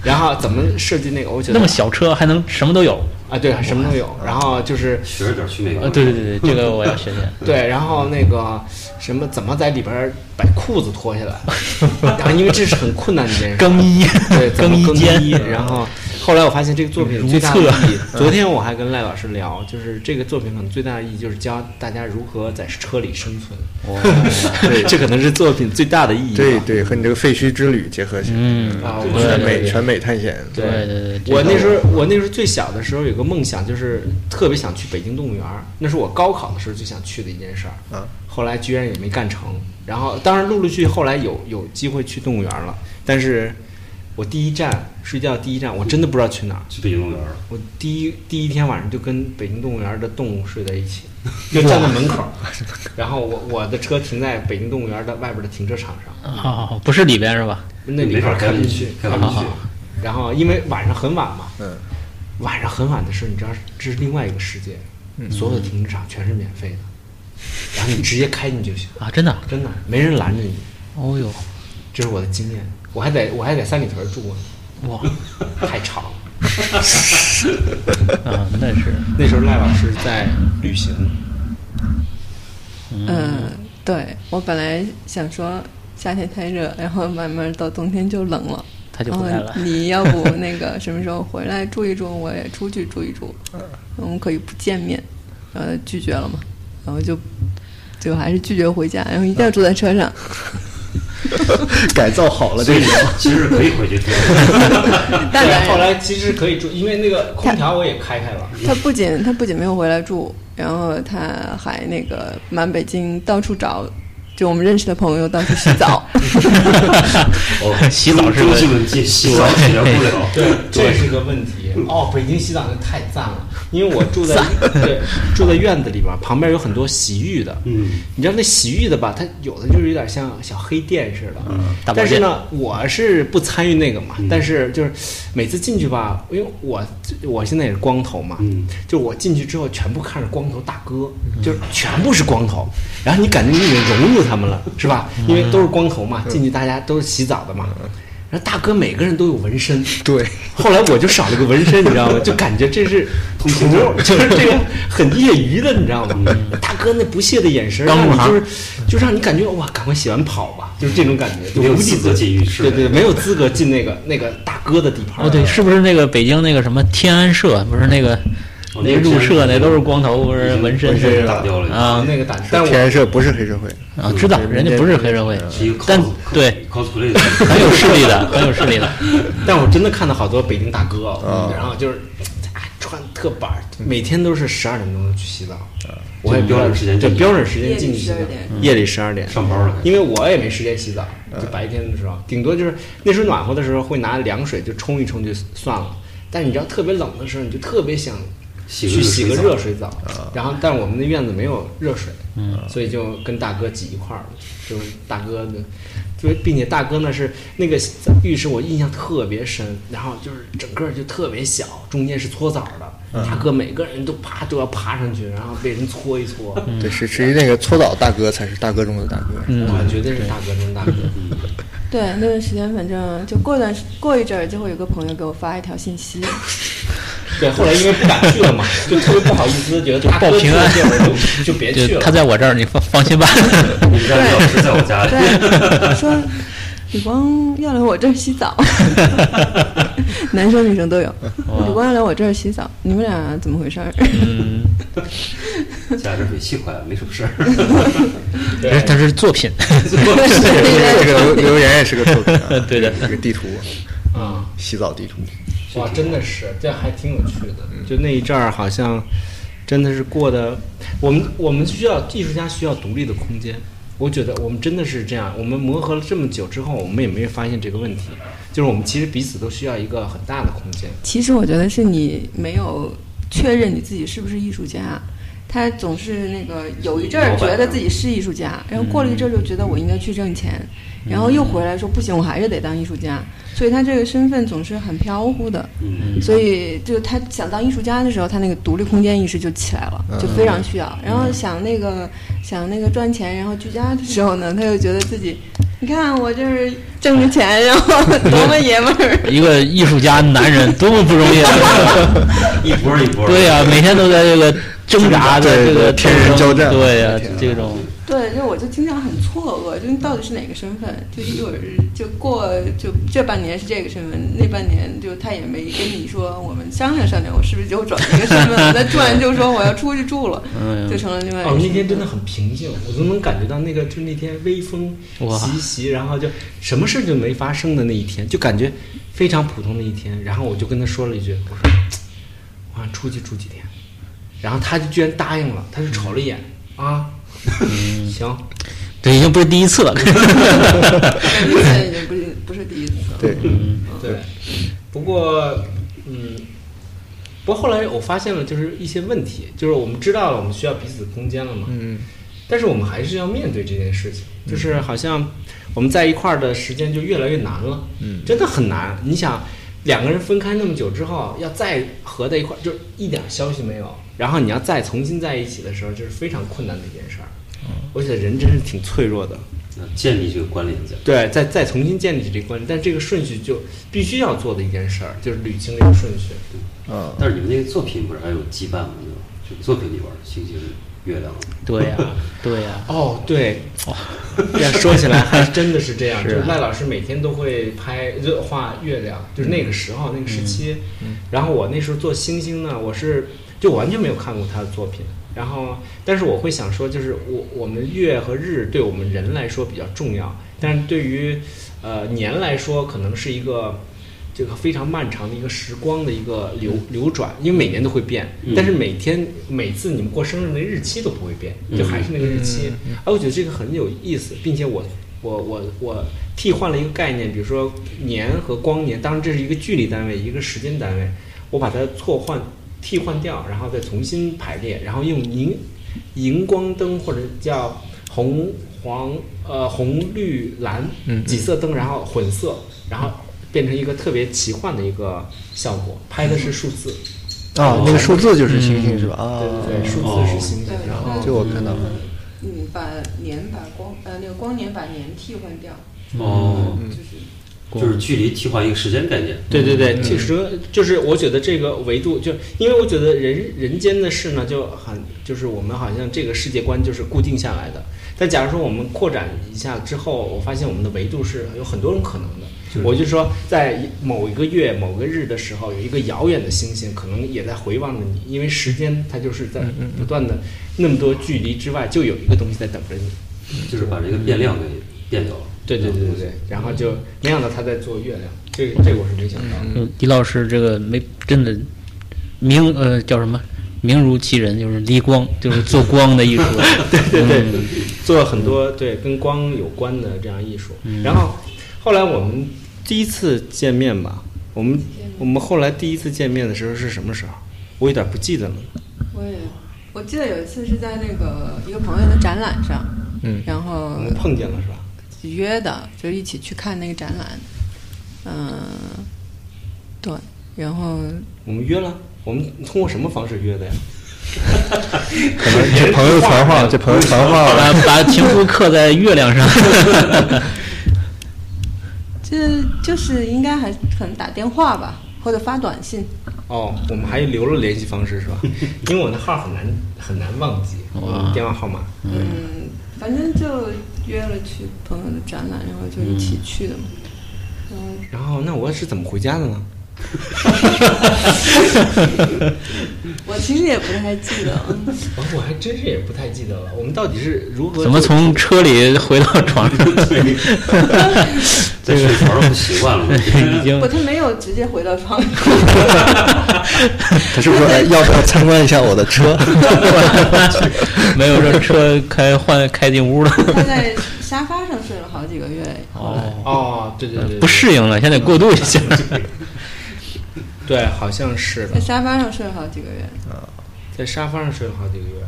然后怎么设计那个？我觉得那么小车还能什么都有啊，对，什么都有。然后就是学着点去美国。啊！对对对对，这个我要学学。对，然后那个什么怎么在里边把裤子脱 下来，然后因为这是很困难的一件事。更衣， 对，怎更么衣更间，然后后来我发现这个作品如最大的厕意 义，昨天我还跟赖老师聊，就是这个作品可能最大的意义就是教大家如何在车里生存。对，这可能是作品最大的意义吧。对对，和你这个废墟之旅结合起来，嗯啊，对我全对美对全美探险，对对对对我这那时候我那时候最小的时候有个梦想，就是特别想去北京动物园儿，那是我高考的时候最想去的一件事儿。啊，后来居然也没干成。然后当然陆陆续续后来有有机会去动物园儿了，但是我第一站睡觉第一站我真的不知道去哪儿。去北京公园儿，我第一第一天晚上就跟北京动物园的动物睡在一 起，就站在门口儿，然后我我的车停在北京动物园的外边的停车场上，好好啊好，不是里边是吧？那里没边法儿开看不不进去去，，开不看进不去去。。然后因为晚上很晚嘛，嗯，晚上很晚的时候，你知道这是另外一个世界，所有的停车场全是免费的，然后你直接开进去就行，啊，真的啊，真的没人拦着你，哦呦，这是我的经验。我还在我还在三里屯住过呢，哇，太吵了。啊，那是， 那时候赖老师在旅行，嗯，对我本来想说夏天太热，然后慢慢到冬天就冷了。他就然后回来了你要不那个什么时候回来住一住，我也出去住一住，我们可以不见面。呃，拒绝了嘛，然后就就还是拒绝回家，然后一定要住在车 上。改造好了所这以个，其实是可以回去住的。但对，后当然，来其实可以住，因为那个空调我也开开了。他不仅他不仅没有回来住，然后他还那个满北京到处找，就我们认识的朋友到处 洗澡。哦，洗澡是中个西文解洗澡解决不了。对，这是个问题。哦，北京洗澡那太赞了，因为我住在对住在院子里边，旁边有很多洗浴的。嗯，你知道那洗浴的吧？它有的就是有点像小黑店似的，嗯大保但是健嗯呢，我是不参与那个嘛。但是就是每次进去吧，因为我我现在也是光头嘛，嗯就是我进去之后全部看着光头大哥，嗯就是全部是光头，然后你感觉你已经融入他 们了，是吧？嗯因为都是光头嘛，进去大家都是洗澡的嘛，然后大哥每个人都有纹身，对，后来我就少了个纹身，你知 道吗？就感觉这是通图行证，就是这个很业余的，你知道 吗？嗯大哥那不屑的眼神，让你就是就让你感觉哇，赶快洗完跑吧，就是这种感觉，就没有无地资格进浴室对对，没有资格进那个那个大哥的地盘。哦对，是不是那个北京那个什么天安社？不是那个哦那那个入天安社社那都是光头，不是纹身纹是身打哦掉了啊啊，那个胆，但天我然社不是黑社会，啊，知道人家不是黑社会，呃是一个但 cos 对 cosplay 的。很有势力的，很有势力的。但我真的看到好多北京大哥，啊然后就是啊穿特板儿，每天都是十二点钟去洗澡。啊我也就标准时间对进去标准时间进去洗澡，嗯夜里十二点上班了因为我也没时间洗澡，就白天的时候，顶多就是那时候暖和的时候会拿凉水就冲一冲就算了。但你知道特别冷的时候，你就特别想洗去个热洗水个澡热水澡。啊嗯然后，但我们的院子没有热水，所以就跟大哥挤一块儿了，就是大哥的。就并且大哥呢是那个浴室，我印象特别深，然后就是整个就特别小，中间是搓澡的，大哥每个人都爬都要爬上去，然后被人搓一搓，对，是至于那个搓澡大哥才是大哥中的大哥，哇，绝对是大哥中的大哥。对，那段时间反正就过段时过一阵儿，就会有个朋友给我发一条信息，对，后来因为不敢去 了嘛，就特别不好意思，觉得他报哥平去了安这会儿就就别去就了。他在我这儿，你放放心吧。你知道李老师在我家里，对，说李光要来我这儿洗澡，男生女生都有。李光要来我这儿洗澡，你们俩怎么回事儿？ 嗯，加热水器坏了，没什么事儿。 不是，他是作品。 这个留留言也是个作品 啊对的这个地图，啊、洗澡地图。哇，真的是，这嗯还挺有趣的。就那一阵儿，好像真的是过得，我们我们需要艺术家需要独立的空间。我觉得我们真的是这样，我们磨合了这么久之后，我们也没有发现这个问题，就是我们其实彼此都需要一个很大的空间。其实我觉得是你没有确认你自己是不是艺术家。他总是那个有一阵儿觉得自己是艺术家，然后过了一阵儿就觉得我应该去挣钱，然后又回来说不行，我还是得当艺术家。所以他这个身份总是很飘忽的。所以就他想当艺术家的时候，他那个独立空间意识就起来了，就非常需要。然后想那个想那个赚钱，然后居家的时候呢，他又觉得自己，你看我就是挣着钱，然后多么爷们儿。一个艺术家男人多么不容易啊！一波儿一波儿。对呀、每天都在这个挣扎的对这个对天人斗争交战对我呀、的天啊这种对，就我就经常很错愕，就你到底是哪个身份？就一会儿就过就这半年是这个身份，那半年就他也没跟你说我们商量商量，我是不是就转一个身份 了？他突然就说我要出去住了，嗯就成了另外一个身嗯哦份。，那天真的很平静，我都能感觉到那个，就那天微风哇习习，然后就什么事就没发生的那一天，就感觉非常普通的一天。然后我就跟他说了一句，我说我想出去住几天，然后他就居然答应了，他就瞅了一眼啊，嗯 行，这已经不是第 一次了。现在已经不是不是第一次了。对，对，不过，嗯，不过后来我发现了，就是一些问题，就是我们知道了我们需要彼此的空间了嘛，嗯，但是我们还是要面对这件事情，就是好像我们在一块儿的时间就越来越难了，嗯，真的很难。你想，两个人分开那么久之后，要再合在一块儿，就是一点消息没有，然后你要再重新在一起的时候，就是非常困难的一件事儿。我觉得人真是挺脆弱的，那建立这个关联在。对，再再重新建立起这个关系，但这个顺序就必须要做的一件事儿，就是捋清这个顺序。嗯，但是你们那个作品不是还有羁绊吗？就就作品里边儿，星星、月亮，对呀、对呀、哦，对，要说起来还真的是这样，是啊就是赖老师每天都会拍就画月亮，就是那个时候、那个时期、然后我那时候做星星呢，我是就完全没有看过他的作品，然后但是我会想说，就是我我们月和日对我们人来说比较重要，但是对于呃年来说，可能是一个。这个非常漫长的一个时光的一个流流转，因为每年都会变，嗯但是每天每次你们过生日那日期都不会变，就还是那个日期。哎、我觉得这个很有意思，并且我我我我替换了一个概念，比如说年和光年，当然这是一个距离单位，一个时间单位，我把它错换替换掉，然后再重新排列，然后用荧荧光灯或者叫红黄呃红绿蓝几色灯，然后混色，然后变成一个特别奇幻的一个效果，拍的是数字，啊，那个数字就是星星是吧？啊，对对对，数字是星星，然后。这我看到了。嗯，把年把光呃那个光年把年替换掉，嗯哦，嗯就是就是距离替换一个时间概念。对对对，其实就是我觉得这个维度，就因为我觉得人人间的事呢，就很就是我们好像这个世界观就是固定下来的。但假如说我们扩展一下之后，我发现我们的维度是有很多种可能的。我就说，在某一个月、某个日的时候，有一个遥远的星星，可能也在回望着你，因为时间它就是在不断的那么多距离之外，就有一个东西在等着你。就是把这个变量给变掉了。对对对对嗯对，然后就没想到他在做月亮，这个这个我是没想到的。嗯李老师这个没真的名呃叫什么名如其人，就是离光，就是做光的艺术。 嗯对对，嗯做了很多对跟光有关的这样艺术。嗯然后后来我们第一次见面吧，我们我们后来第一次见面的时候是什么时候？我有点不记得了。我也我记得有一次是在那个一个朋友的展览上，嗯然后我们碰见了是吧？约的，就一起去看那个展览，嗯、对，然后我们约了，我们通过什么方式约的呀？可能这朋友传 话，这朋友传话了。把把情书刻在月 亮上。这就是应该还可能打电话吧，或者发短信。哦，我们还留了联系方式是吧？因为我的号很难很难忘记，我电话号码。嗯，反正就约了去朋友的展览，然后就一起去的嘛。嗯然后然后那我是怎么回家的呢？我其实也不太记得，嗯哦，我还真是也不太记得了，我们到底是如何怎么从车里回到床 上？在睡床上不习惯了吗？已经不，他没有直接回到床上。他 是不是哎要不要参观一下我的车？ 没有这车开换开进屋了，他在沙发上睡了好几个月，哦，哦，对对对对，不适应了，先得过渡一下。对，好像是在的，沙发上睡了好几个月。在沙发上睡了好几个月。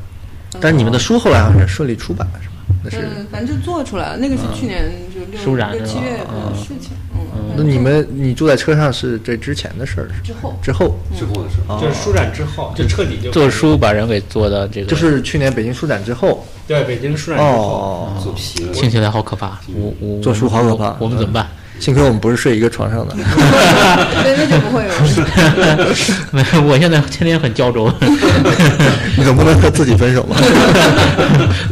但是你们的书后来好像是顺利出版了，是吧？那是。嗯，反正就做出来了。那个是去年就舒六展六是七吧月份的事情，嗯。那你们，你住在车上是这之前的事儿，是之后之后，嗯之后的事儿。哦就是舒展之后，就彻底就做书把人给做到这个，就是去年北京书展之后。对北京舒展之后，哦，做皮了，听起来好可怕。我我做书好可怕我们怎么办？幸亏我们不是睡一个床 上的。 对，那就不会有了。没有，我现在天天很焦灼，你总不能和自己分手吧？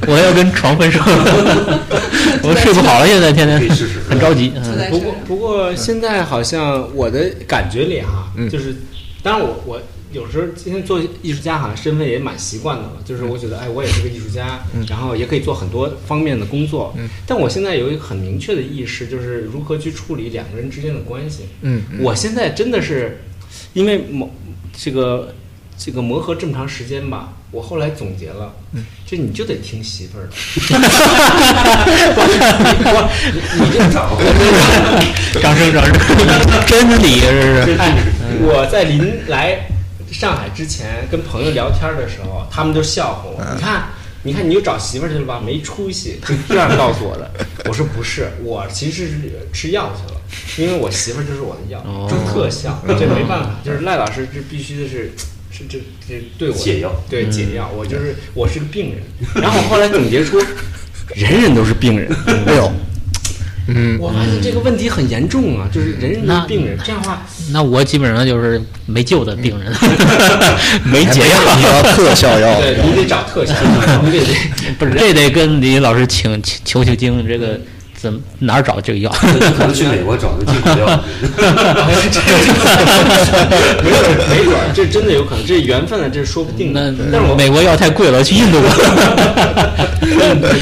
我要跟床分手，我睡不好了，现在天可以试天试。很着急。嗯坐在不车过上，不过现在好像我的感觉里哈，嗯就是，当然我我有时候今天做艺术家哈，身份也蛮习惯的了，就是嗯我觉得哎，我也是个艺术家，然后也可以做很多方面的工作，嗯但我现在有一个很明确的意识，就是如何去处理两个人之间的关系。 嗯，我现在真的是因为某这个这个磨合这么长时间吧，我后来总结了，就你就得听媳妇儿的。我你这找掌声，掌声！真理这是哎，我在临来上海之前跟朋友聊天的时候，他们就笑话我，你看。你看，你就找媳妇儿去了吧，没出 息，就这样告诉我的。我说不是，我其实是吃药去了，因为我媳妇儿就是我的药，就特效，这没办法，就是赖老师这必须的是，是这这对我解药对解药，我就是我是个病人。嗯 然后我后来总结出，人人都是病人。哎没有，嗯我发现这个问题很严重啊，就是人人都那是病人，这样的话那我基本上就是没救的病人，没 解药。你要特效药。哦 对你得找特 效，你得得不是，这得跟李老师请请求求经，这个怎么哪儿找这个药？可能去美国找的进口料，没有没准儿，这真的有可能，这缘分啊，这说不定嗯那的。但是我美国药太贵了，去印度吧，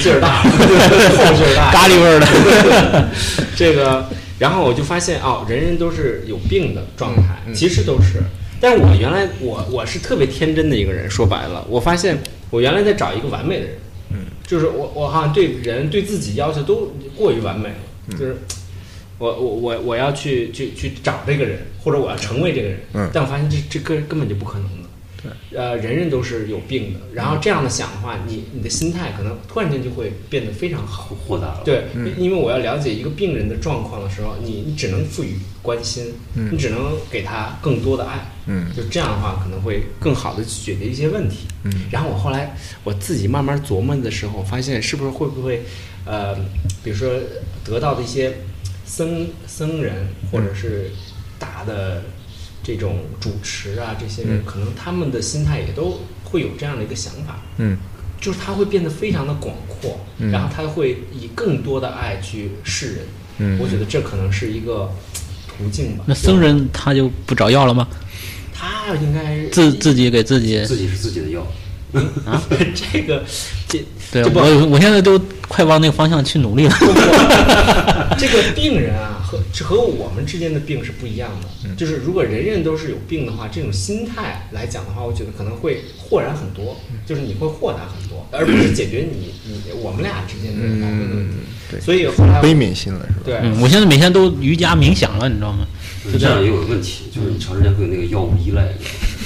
劲儿 大，后劲儿大，咖喱味儿的。 这个，然后我就发现哦，人人都是有病的状态，其实都是。但是我原来我我是特别天真的一个人，说白了，我发现我原来在找一个完美的人，嗯，就是我我好像对人对自己要求都过于完美了，就是我我我我要去去去找这个人，或者我要成为这个人，嗯，但我发现这这根根本就不可能的。呃，人人都是有病的，然后这样的想的话，你你的心态可能突然间就会变得非常好，豁达了。，对，因为我要了解一个病人的状况的时候，你你只能赋予关心，你只能给他更多的爱，嗯，就这样的话可能会更好的去解决一些问题。嗯，然后我后来我自己慢慢琢磨的时候，发现是不是会不会，呃，比如说得到的一些僧僧人或者是大的这种主持啊，这些人、可能他们的心态也都会有这样的一个想法，嗯，就是他会变得非常的广阔，然后他会以更多的爱去示人。嗯，我觉得这可能是一个途径吧。那僧人他就不找药了吗？他应该自自己给自 己自己是自己的药， 这个这对这不我我现在都快往那个方向去努力了。这个病人啊，和和我们之间的病是不一样的。就是如果人人都是有病的话，这种心态来讲的话，我觉得可能会豁然很多，就是你会豁达很多，而不是解决你你我们俩之间的矛盾的问题。对所以后来我悲悯心了是吧？对，嗯，我现在每天都瑜伽冥想了，你知道吗？就是这样也有个问题，就是你长时间会有那个药物依赖。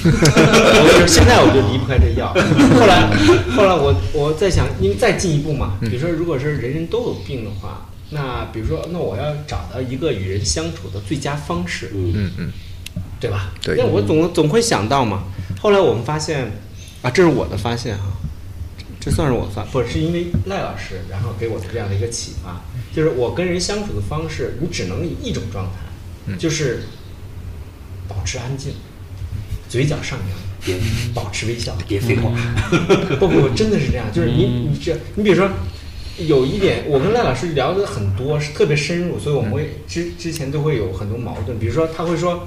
我就是现在我就离不开这药。后来，后来我我在想，因为再进一步嘛，比如说，如果是人人都有病的话，那比如说，那我要找到一个与人相处的最佳方式，嗯，对吧？对那我总总会想到嘛。后来我们发现，啊，这是我的发现哈、这算是我发，不是是因为赖老师，然后给我的这样的一个启发，就是我跟人相处的方式，你只能以一种状态，就是保持安静，嘴角上扬，别保持微笑。别废话，不不，不，真的是这样，就是你嗯你这，你比如说，有一点，我跟赖老师聊的很多，是特别深入，所以我们嗯会之之前都会有很多矛盾，比如说他会说，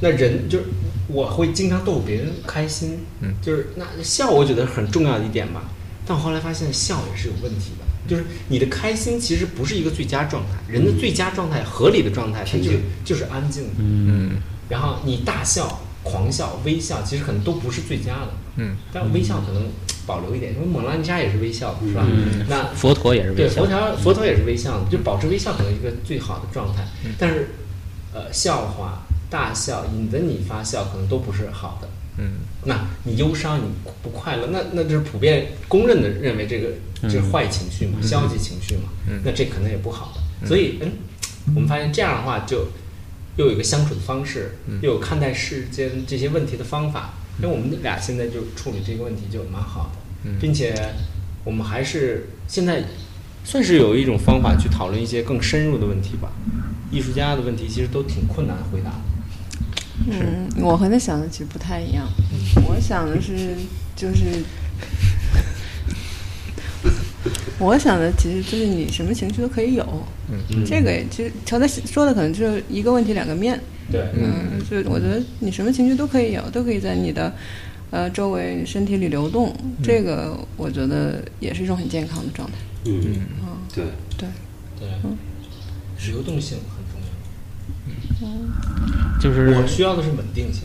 那人就是我会经常逗别人开心，嗯就是那笑我觉得很重要的一点吧，但我后来发现笑也是有问题的。嗯就是你的开心其实不是一个最佳状态，人的最佳状态、合理的状态，它就平是静就是安静的。嗯然后你大笑、狂笑、微笑，其实可能都不是最佳的。嗯，但微笑可能保留一点，因为蒙娜丽莎也是微笑的，是吧？嗯那佛陀也是微对笑佛。条佛陀也是微笑的，就保持微笑可能一个最好的状态。但是，呃，笑话、大笑引得你发笑，可能都不是好的。嗯那你忧伤，你不快乐，那那就是普遍公认的认为这个就是坏情绪嘛，消极情绪嘛，那这可能也不好的。所嗯以，嗯，我们发现这样的话，就又有一个相处的方式，又有看待世间这些问题的方法。因为我们俩现在就处理这个问题就蛮好的，并且我们还是现在算是有一种方法去讨论一些更深入的问题吧。艺术家的问题其实都挺困难回答的。嗯，我和他想的其实不太一样。我想的是，就是，我想的其实就是你什么情绪都可以有。嗯这个也其实乔丹说的可能就是一个问题两个面。对，嗯，就我觉得你什么情绪都可以有，都可以在你的呃周围你身体里流动。这个我觉得也是一种很健康的状态。嗯，对，对，对，流动性很重要。就是嗯我需要的是稳定性，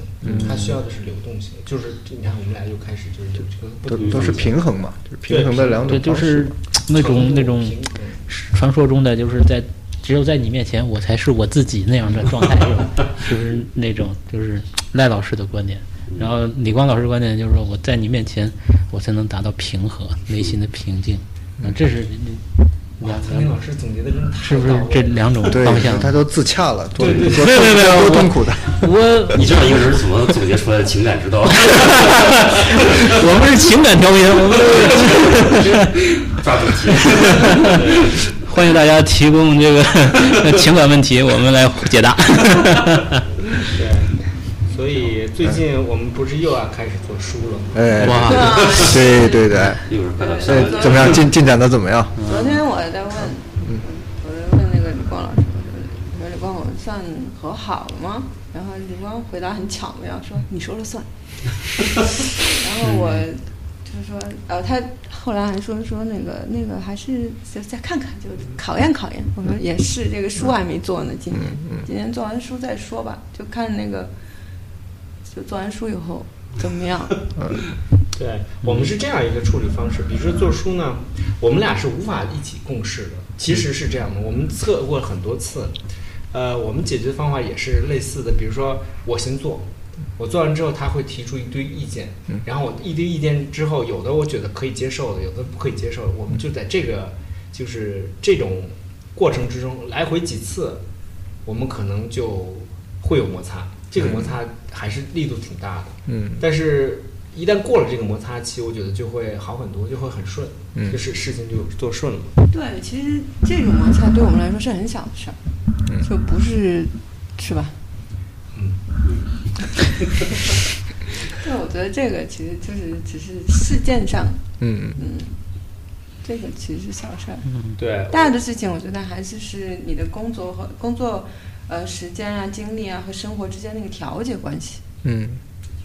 他需要的是流动性。就是你看，我们俩又开始就是有这个不都同的都是方向平衡嘛，就是平衡的两对，种就方是式。那种程度那种平衡传说中的，就是在只有在你面前，我才是我自己那样的状态，是吧就是那种就是赖老师的观点。然后李光老师的观点就是说，我在你面前，我才能达到平和，内心的平静。啊，这是哇，两曾经两老师总结的真的太是不是到位这了两种对方向？，他都自洽了，多对对多没有没有没有多我痛苦的。我你知道一个人怎么总结出来的情感之 道？ 我们是情感调频，我们 抓住 题，欢迎大家提供这个 情感问题，我们来解答。对，所以最近我们不是又要开始做书了吗？哎，哇，对对对，哎，一会儿快到下半哎年怎么样？进进展的怎么样？昨天我在问，我就问那个李光老师，我说我说李光，我们算和好了吗？然后李光回答很巧妙，说你说了算。 然后我就说，呃，他后来还说说那个那个还是再再看看，就考验考验。我说也是，这个书还没做呢，今年今年做完书再说吧，就看那个就做完书以后怎么样。对我们是这样一个处理方式，比如说做书呢，我们俩是无法一起共事的，其实是这样的，我们测过很多次，呃，我们解决方法也是类似的，比如说我先做，我做完之后他会提出一堆意见，然后我一堆意见之后，有的我觉得可以接受的，有的不可以接受的，我们就在这个就是这种过程之中来回几次，我们可能就会有摩擦，这个摩擦还是力度挺大的。嗯但是，一旦过了这个摩擦期，我觉得就会好很多，就会很顺，嗯就是事情就做顺了。对，其实这种摩擦对我们来说是很小的事儿，嗯就不是，是吧？ 嗯。对，我觉得这个其实就是只是事件上，嗯这个其实是小事儿。对，大的事情，我觉得还是是你的工作和工作，呃，时间啊、精力啊和生活之间那个调节关系。嗯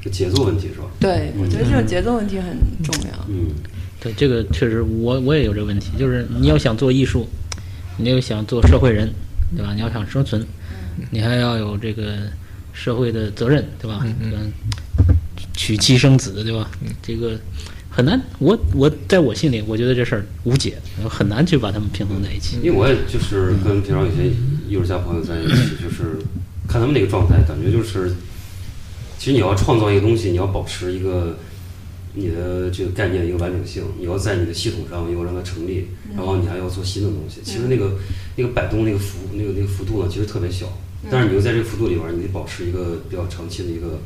是节奏问题是吧？对，我觉得这种节奏问题很重要。嗯， 对，这个确实我，我也有这个问题，就是你要想做艺术，你又想做社会人，对吧？你要想生存，你还要有这个社会的责任，对吧？嗯嗯嗯，娶妻生子，对吧？这个很难，我我在我心里，我觉得这事儿无解，很难去把它们平衡在一起。因为我也就是跟平常有些艺术家朋友在一起，就是看他们那个状态，感觉就是，其实你要创造一个东西，你要保持一个你的这个概念一个完整性，你要在你的系统上又让它成立，然后你还要做新的东西。其实那个那个摆动那个幅那个那个幅度呢，其实特别小，但是你又在这个幅度里边儿，你得保持一个比较长期的一个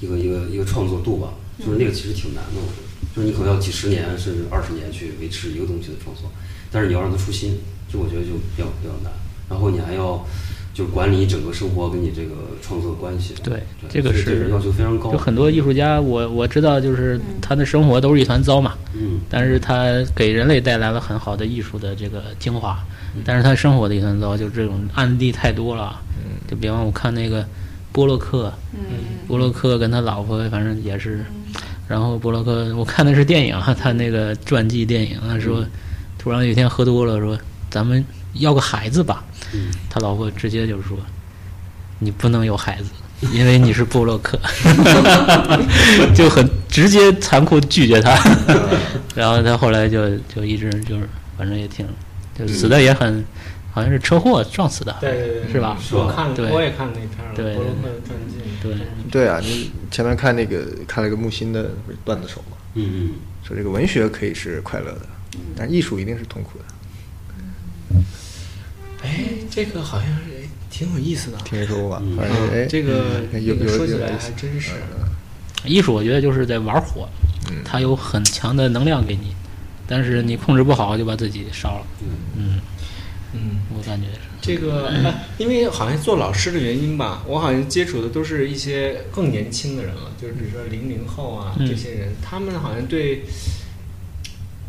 一个一个一个创作度吧，就是那个其实挺难的，我觉得，就是你可能要几十年甚至二十年去维持一个东西的创作，但是你要让它出新，这我觉得就比较比较难。然后你还要就管理整个生活跟你这个创作的关系。对对，这个所以是是要求非常高。嗯就很多艺术家，我我知道，就是他的生活都是一团糟嘛，嗯，但是他给人类带来了很好的艺术的这个精华，嗯但是他生活的一团糟，就这种案例太多了。嗯就比方我看那个波洛克，嗯波洛克跟他老婆，反正也是，然后波洛克我看的是电影啊，他那个传记电影啊，说突然有一天喝多了，说咱们要个孩子吧，他老婆直接就说你不能有孩子。因为你是波洛克，就很直接残酷拒绝他， 然后他后来就就一直就是反正也挺，就死的也很，好像是车祸撞死的，对对对，是吧？是吧我看对我也看那片儿了，对伯洛克的传记。对，对啊，你前面看那个看了一个木心的段子手嘛，嗯嗯。说这个文学可以是快乐的，但艺术一定是痛苦的。哎，这个好像是哎挺有意思的。听说过吧嗯？反正哎，啊这个嗯有这个有说起有来意还思。嗯真是，艺术我觉得就是在玩火，它有很强的能量给你，但是你控制不好就把自己烧了。嗯，嗯，我感觉是，这个、哎因为好像做老师的原因吧，我好像接触的都是一些更年轻的人了，就是比如说零零后啊、嗯这些人，他们好像对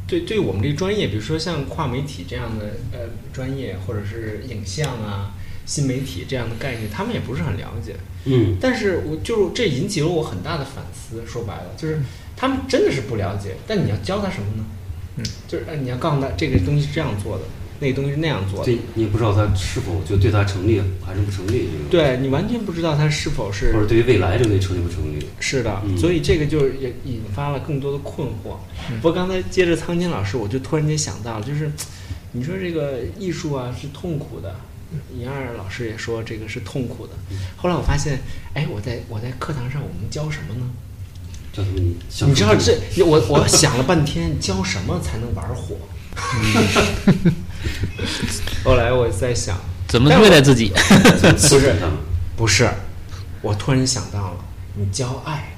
对对我们这个专业，比如说像跨媒体这样的呃专业，或者是影像啊、新媒体这样的概念，他们也不是很了解。嗯但是我就是这引起了我很大的反思。说白了，就是他们真的是不了解，但你要教他什么呢？嗯，就是呃你要告诉他这个东西是这样做的，那个东西是那样做的。这你也不知道他是否就对他成立还是不成立，这个对你完全不知道它是否是或者对于未来这个东西成立不成立，是的，嗯所以这个就也引发了更多的困惑。不过刚才接着苍金老师，我就突然间想到了，就是你说这个艺术啊是痛苦的，尹二老师也说这个是痛苦的。后来我发现，哎，我在我在课堂上我们教什么呢？叫他们想你知道这我我想了半天， 教什么才能玩火？嗯 后来我在 想，怎么对待自己？不是他们，不是，我突然想到了，你教爱。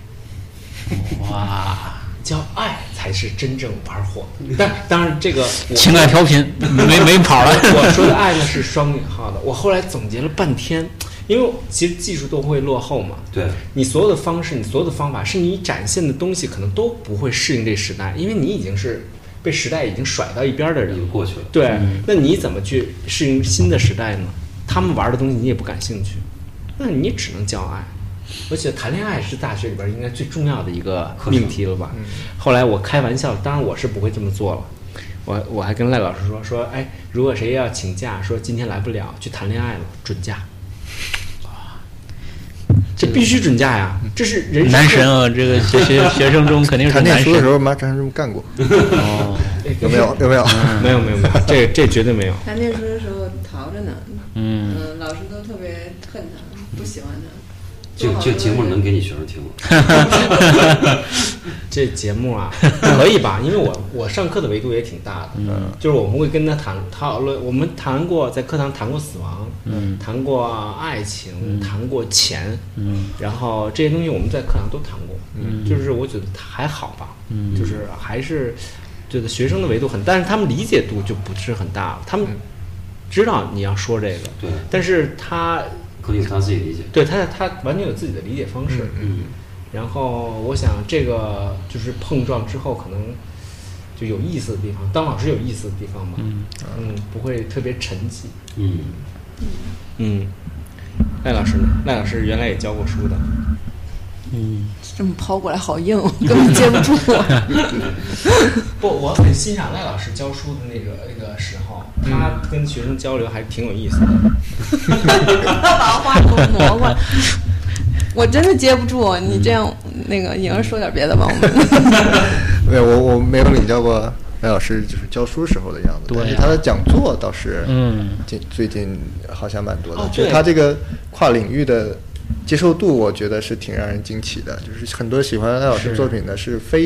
哇，嗯叫爱才是真正玩火的。但当然，这个我 情感调 频没没跑了。我说的爱呢是双引号的。我后来总结了半天，因为其实技术都会落后嘛。对，你所有的方式，你所有的方法，是你展现的东西，可能都不会适应这时代，因为你已经是被时代已经甩到一边儿的人已了经。过去了。对，那你怎么去适应新的时代呢？他们玩的东西你也不感兴趣，那你只能教爱。而且谈恋爱是大学里边应该最重要的一个命题了吧？后来我开玩笑，当然我是不会这么做了。我我还跟赖老师说说，哎，如果谁要请假，说今天来不了，去谈恋爱了，准假。这必须准假呀！这是人生男神啊，这个学学学生中肯定是他念男书的时神。候，妈真是这么干过，哦，有没有？有没有？没有没有没有，这这绝对没有。他念书的时候逃着呢，嗯，嗯，老师都特别恨他，不喜欢他。这个这个节目能给你学生听吗？这节目 啊，可以吧？因为我我上课的维度也挺大的，嗯，就是我们会跟他谈讨论，我们谈过在课堂谈过死亡，嗯，谈过爱情，谈过钱，嗯，然后这些东西我们在课堂都谈过，嗯，就是我觉得还好吧，嗯，就是还是觉得学生的维度很，但是他们理解度就不是很大了，他们知道你要说这个，对，但是他可能有他自己理解。对他他完全有自己的理解方式，嗯，然后我想这个就是碰撞之后可能就有意思的地方，当老师有意思的地方吧。嗯不会特别沉寂。嗯，嗯，赖老师呢？赖老师原来也教过书的。这么抛过来好硬， 我根本接不住。不，我很欣赏赖老师教书的那个那个时候，他跟学生交流还挺有意思的。把话给我磨过来。我真的接不住，你这样那个颖儿说点别的吧，我 们没有，我我没有领教过赖老师就是教书时候的样子，对啊但是他的讲座倒是，嗯，近最近好像蛮多的哦，就对是他这个跨领域的。接受度我觉得是挺让人惊奇的，就是很多喜欢赖老师作品的是非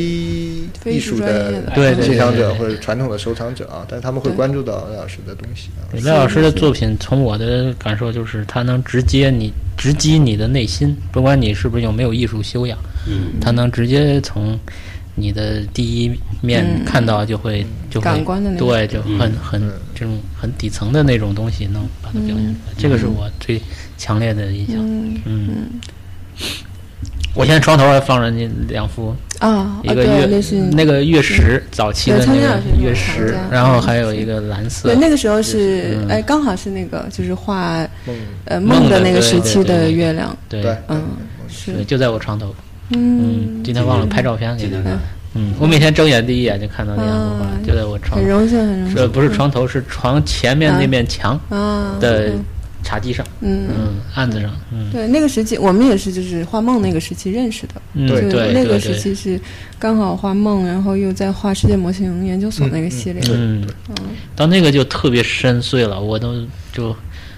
非艺艺术术专业的的对对对欣赏者对对或者传统的收藏者啊，但是他们会关注到赖老师的东西啊。对赖老师的作品，从我的感受就是，他能直接你直击你的内心，不管你是不是有没有艺术修养，嗯，他能直接从你的第一面嗯看到，就会就会感官的那嗯种对，就很很这种很底层的那种东西能把它表现出来，这个是我最强烈的印象。 嗯嗯，我现在床头还放着那两幅，啊，一啊个对，那月是那个月食早期的嗯那对苍井个老师那月个食藏家，然后还有一个蓝色对，，那个时候是啊嗯哎，刚好是那个就是画呃梦梦的的那个对时对期对的对月亮，对对，嗯，对是，就在我床头。嗯，嗯，今天忘了拍照片给今你天。看，嗯，我每天睁眼第一眼就看到那样子画啊，就在我床很，荣幸，很荣呃，幸不是床头，是床前面那面墙啊的嗯茶几上，嗯。嗯，案子上，嗯，对，那个时期我们也是，就是画梦那个时期认识的。嗯就对对那个对时期是刚好画梦，然后又在画世界模型研究所那个系列。嗯，到那个就特别深邃了，我都就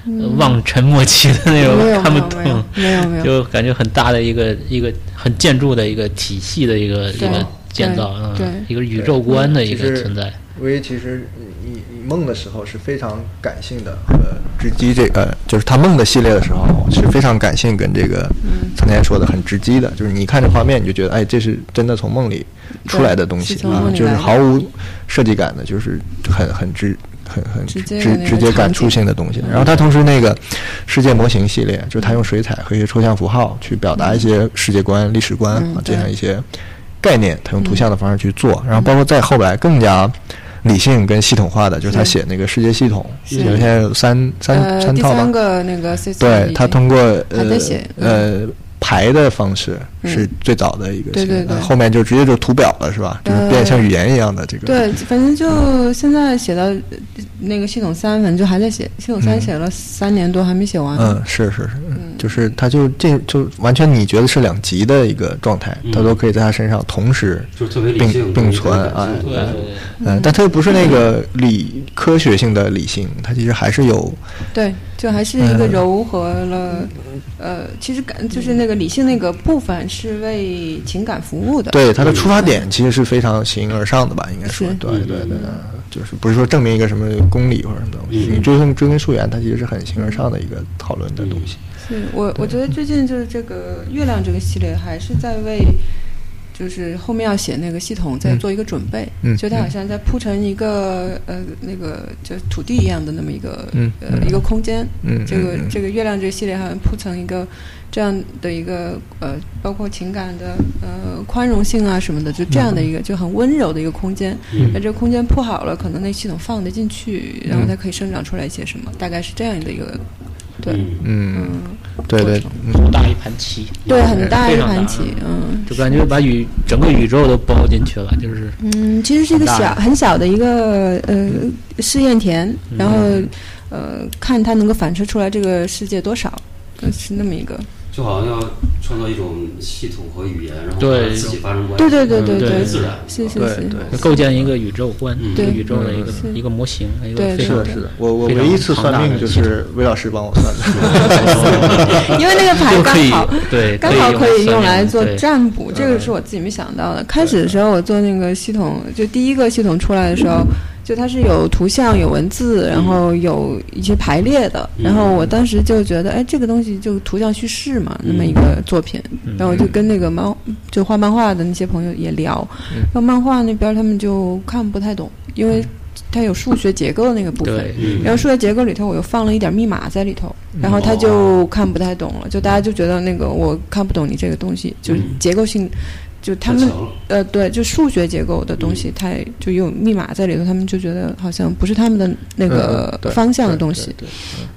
呃望尘莫及的那嗯没有 种，看没不有没有懂，没有没有，就感觉很大的一个一个很建筑的一个体系的一个一对个建造，对嗯，一个宇宙观的嗯一其个实存在，微其实你你梦的时候是非常感性的，呃，直击这个就是他梦的系列的时候是非常感性，跟这个嗯刚才说的很直击的，就是你一看这画面你就觉得，哎，这是真的从梦里出来的东对西是从啊梦，里就是来的毫无设计感的，就是很很直。很很直直接的那个直接感场景嗯触性的东西，然后他同时那个世界模型系列，就是他用水彩和一些抽象符号去表达一些世界观、历史观嗯啊这样对一些概念，他用图像的方式去嗯做，然后包括再后来更加理性跟系统化的，就是他写那个世界系统，是就是现在有三三、嗯呃，三第套三吧，个那个 C 对他通过呃还在写呃排的方式嗯是最早的一个对系列，对对呃后面就直接就图表了是吧？就是变像语言一样的这个，对，反正就现在写到呃那个系统三，反正就还在写。系统三嗯写了三年多，还没写完。嗯，是是是，就是他就这就完全你觉得是两极的一个状态，他都可以在他身上同时嗯就是特别理并性，并特别存感啊性对对对嗯，但它又不是那个理科学性的理性，它其实还是有对，就还是一个嗯柔和了，呃，其实感就是那个理性那个部分是为情感服务的。对它的出发点其实是非常形而上的吧，应该说是对对嗯对，就是不是说证明一个什么公理或者什么东西，你追根追根溯源，它其实是很形而上的一个讨论的东西。是我我觉得最近就是这个月亮这个系列还是在为，就是后面要写那个系统在做一个准备，嗯就它好像在铺成一个呃那个就是土地一样的那么一个、嗯呃嗯一个空间，嗯这个嗯嗯这个月亮这个系列好像铺成一个这样的一个呃包括情感的呃宽容性啊什么的，就这样的嗯一个、就很温柔的一个空间。那这个空间铺好了，可能那系统放得进去，嗯然后它可以生长出来一些什么，大概是这样的一个对。嗯，嗯，嗯，对对过程，好大一盘棋，对，很大非一常大盘棋，嗯就感觉把宇整个宇宙都包进去了，就是嗯，其实是一个很小大嗯很小的一个呃试验田，然后呃看它能够反射出来这个世界多少，呃是那么一个，就好像要创造一种系统和语言，然后对嗯把自己发生关系，对对对对对，自然，啊是是对是，对构建一个宇宙观，嗯一个对宇宙的一个是一个模型，一个非对对是常的，是的，我我非常唯一一次算命就庞大是魏老师帮我算的，因为那个牌啊就可哎刚以好。对，刚好可以用来做对占卜，这个是我自己没想到的。开始的时候，我做那个系统，就第一个系统出来的时候，就它是有图像、有文字，然后有一些排列的。然后我当时就觉得，哎，这个东西就图像叙事嘛，那么一个作品。然后我就跟那个漫，就画漫画的那些朋友也聊，然后漫画那边他们就看不太懂，因为它有数学结构那个部分。对，嗯，然后数学结构里头，我又放了一点密码在里头，然后他哦就看不太懂了，就大家就觉得那个我看不懂你这个东西，就是结构性，就他嗯太们强了嗯呃对，就数学结构的东西，太就有密码在里头，他们就觉得好像不是他们的 那嗯呃个对方向的东西。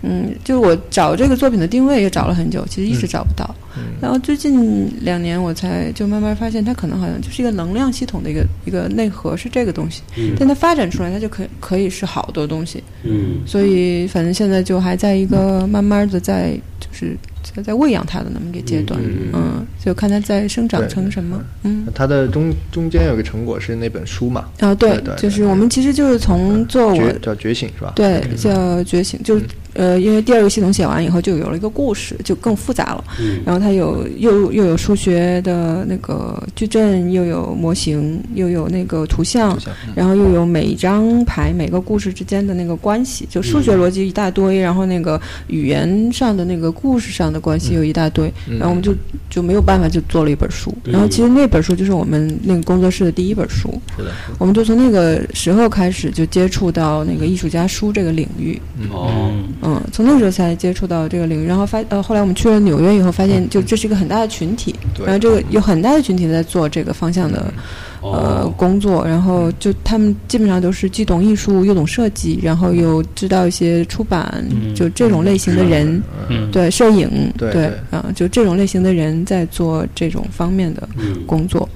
嗯，就是我找这个作品的定位也找了很久，其实一嗯直找不到。然后最近两年我才就慢慢发现，它可能好像就是一个能量系统的一个一个内核是这个东西，嗯但它发展出来，它就可以可以是好多东西。嗯，所以反正现在就还在一个慢慢的在就是在在喂养它的那么一个阶段，嗯嗯嗯，就看它在生长成什么，嗯。他的中中间有个成果是那本书嘛，啊，对嗯对对，就是对哦我们其实就是从做我觉叫觉醒是吧？对叫觉醒，就是呃，因为第二个系统写完以后就有了一个故事，就更复杂了。嗯然后它有又又有数学的那个矩阵，又有模型，又有那个图像，然后又有每一张牌每个故事之间的那个关系，嗯就数学逻辑一大堆，然后那个语言上的那个故事上的关嗯系又一大堆，然后我们就就没有办法就做了一本书。然后其实那本书就是我们那个工作室的第一本书，是的，我们就从那个时候开始就接触到那个艺术家书这个领域。哦，嗯，从那时候才接触到这个领域，然后发呃，后来我们去了纽约以后，发现就这是一个很大的群体，对然后这个有很大的群体在做这个方向的呃哦，工作，然后就他们基本上都是既懂艺术又懂设计，然后又知道一些出版，嗯就这种类型的人，嗯，对摄影，对对对啊、就这种类型的人在做这种方面的嗯，工作。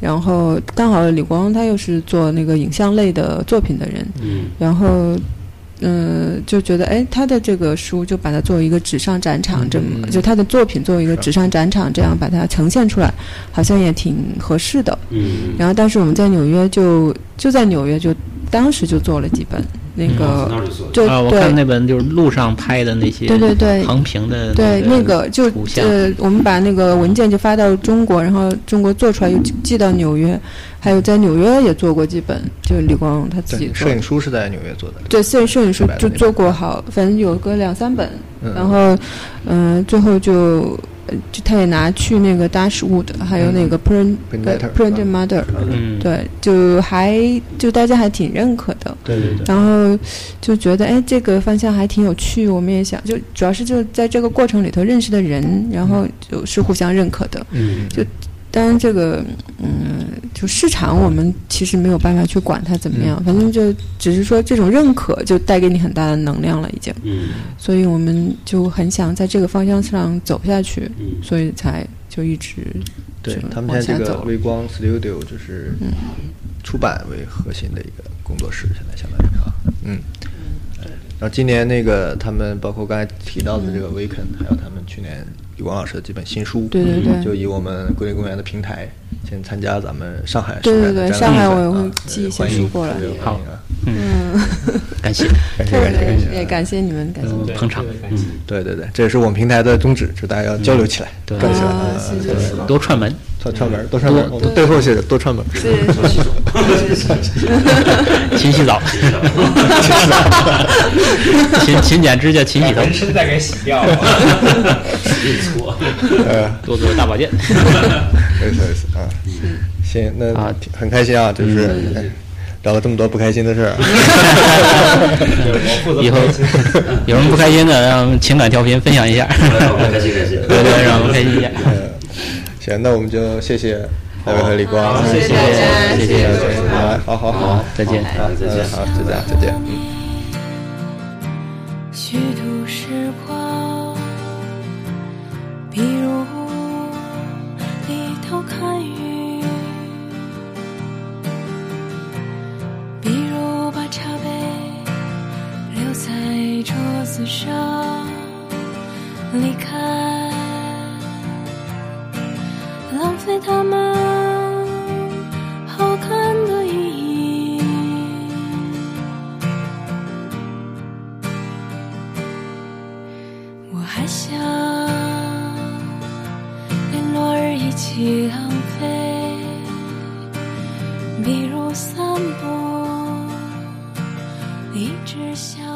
然后刚好李光他又是做那个影像类的作品的人，嗯，然后，嗯，就觉得哎，他的这个书就把它作为一个纸上展嗯场，这么、就他的作品作为一个纸上展场，这样把它呈现出来，好像也挺合适的。嗯，然后当时我们在纽约就就在纽约就当时就做了几本那个，那就做就嗯啊，我看对那本就是路上拍的那些对对对横屏的对那个就图像呃，我们把那个文件就发到中国，然后中国做出来又寄寄到纽约，还有在纽约也做过几本，就李光荣他自己对，做摄的影书是在纽约做的。对，摄影摄影书对吧就那做种过好，反正有个两三本，嗯然后，嗯、最后就，呃就他也拿去那个 Dashwood，还有那个 Print、 Print 呃 Matter， Print 嗯 Mother，、嗯，对，就还就大家还挺认可的，对对对，然后就觉得哎，这个方向还挺有趣，我们也想，就主要是就在这个过程里头认识的人，然后就是互相认可的，嗯，就当然，这个嗯，就市场我们其实没有办法去管它怎么嗯样，反正就只是说这种认可就带给你很大的能量了，已经。嗯所以我们就很想在这个方向上走下去，嗯所以才就一直对就他们往现在下这个走嗯了。微光 Studio 就是出版为核心的一个工作室，现在相当于啊，嗯。然后今年那个他们包括刚才提到的这个 Weekend，、还有他们去年李光老师的几本新书，嗯对对对就以我们桂林公园的平台先参加咱们上海对书展对的对展上览海部分我也会啊寄一些欢迎书过来对欢迎好啊感谢，感谢特感谢感别谢，嗯也感谢你们，感谢你们。嗯捧场，对对对，这也是我们平台的宗旨，就大家要交流起来，对串起来，啊啊是是对是多串门， 串串门儿，多串门儿，我们最后是多串门儿， 是是是是是，勤洗 澡，勤勤剪指甲，勤洗头，人生再给洗掉了。 没错，多做大保健。有意思有意思啊。行，那啊嗯挺很开心啊，就是哎聊了这么多不开心的事儿啊。 以后 有什么不开心的，让情感调频分享一下，感谢感谢，对对，让我们开心一下。行，那我们就谢谢戴维和李光，谢谢谢谢谢谢啊，好好好，再见好再见好，就这样，再见。嗯虚度时光，比如里头看雨，比如把茶杯留在桌子上离开，浪费它们好看的意义。我还想连落日一起浪费，比如散步，一直想。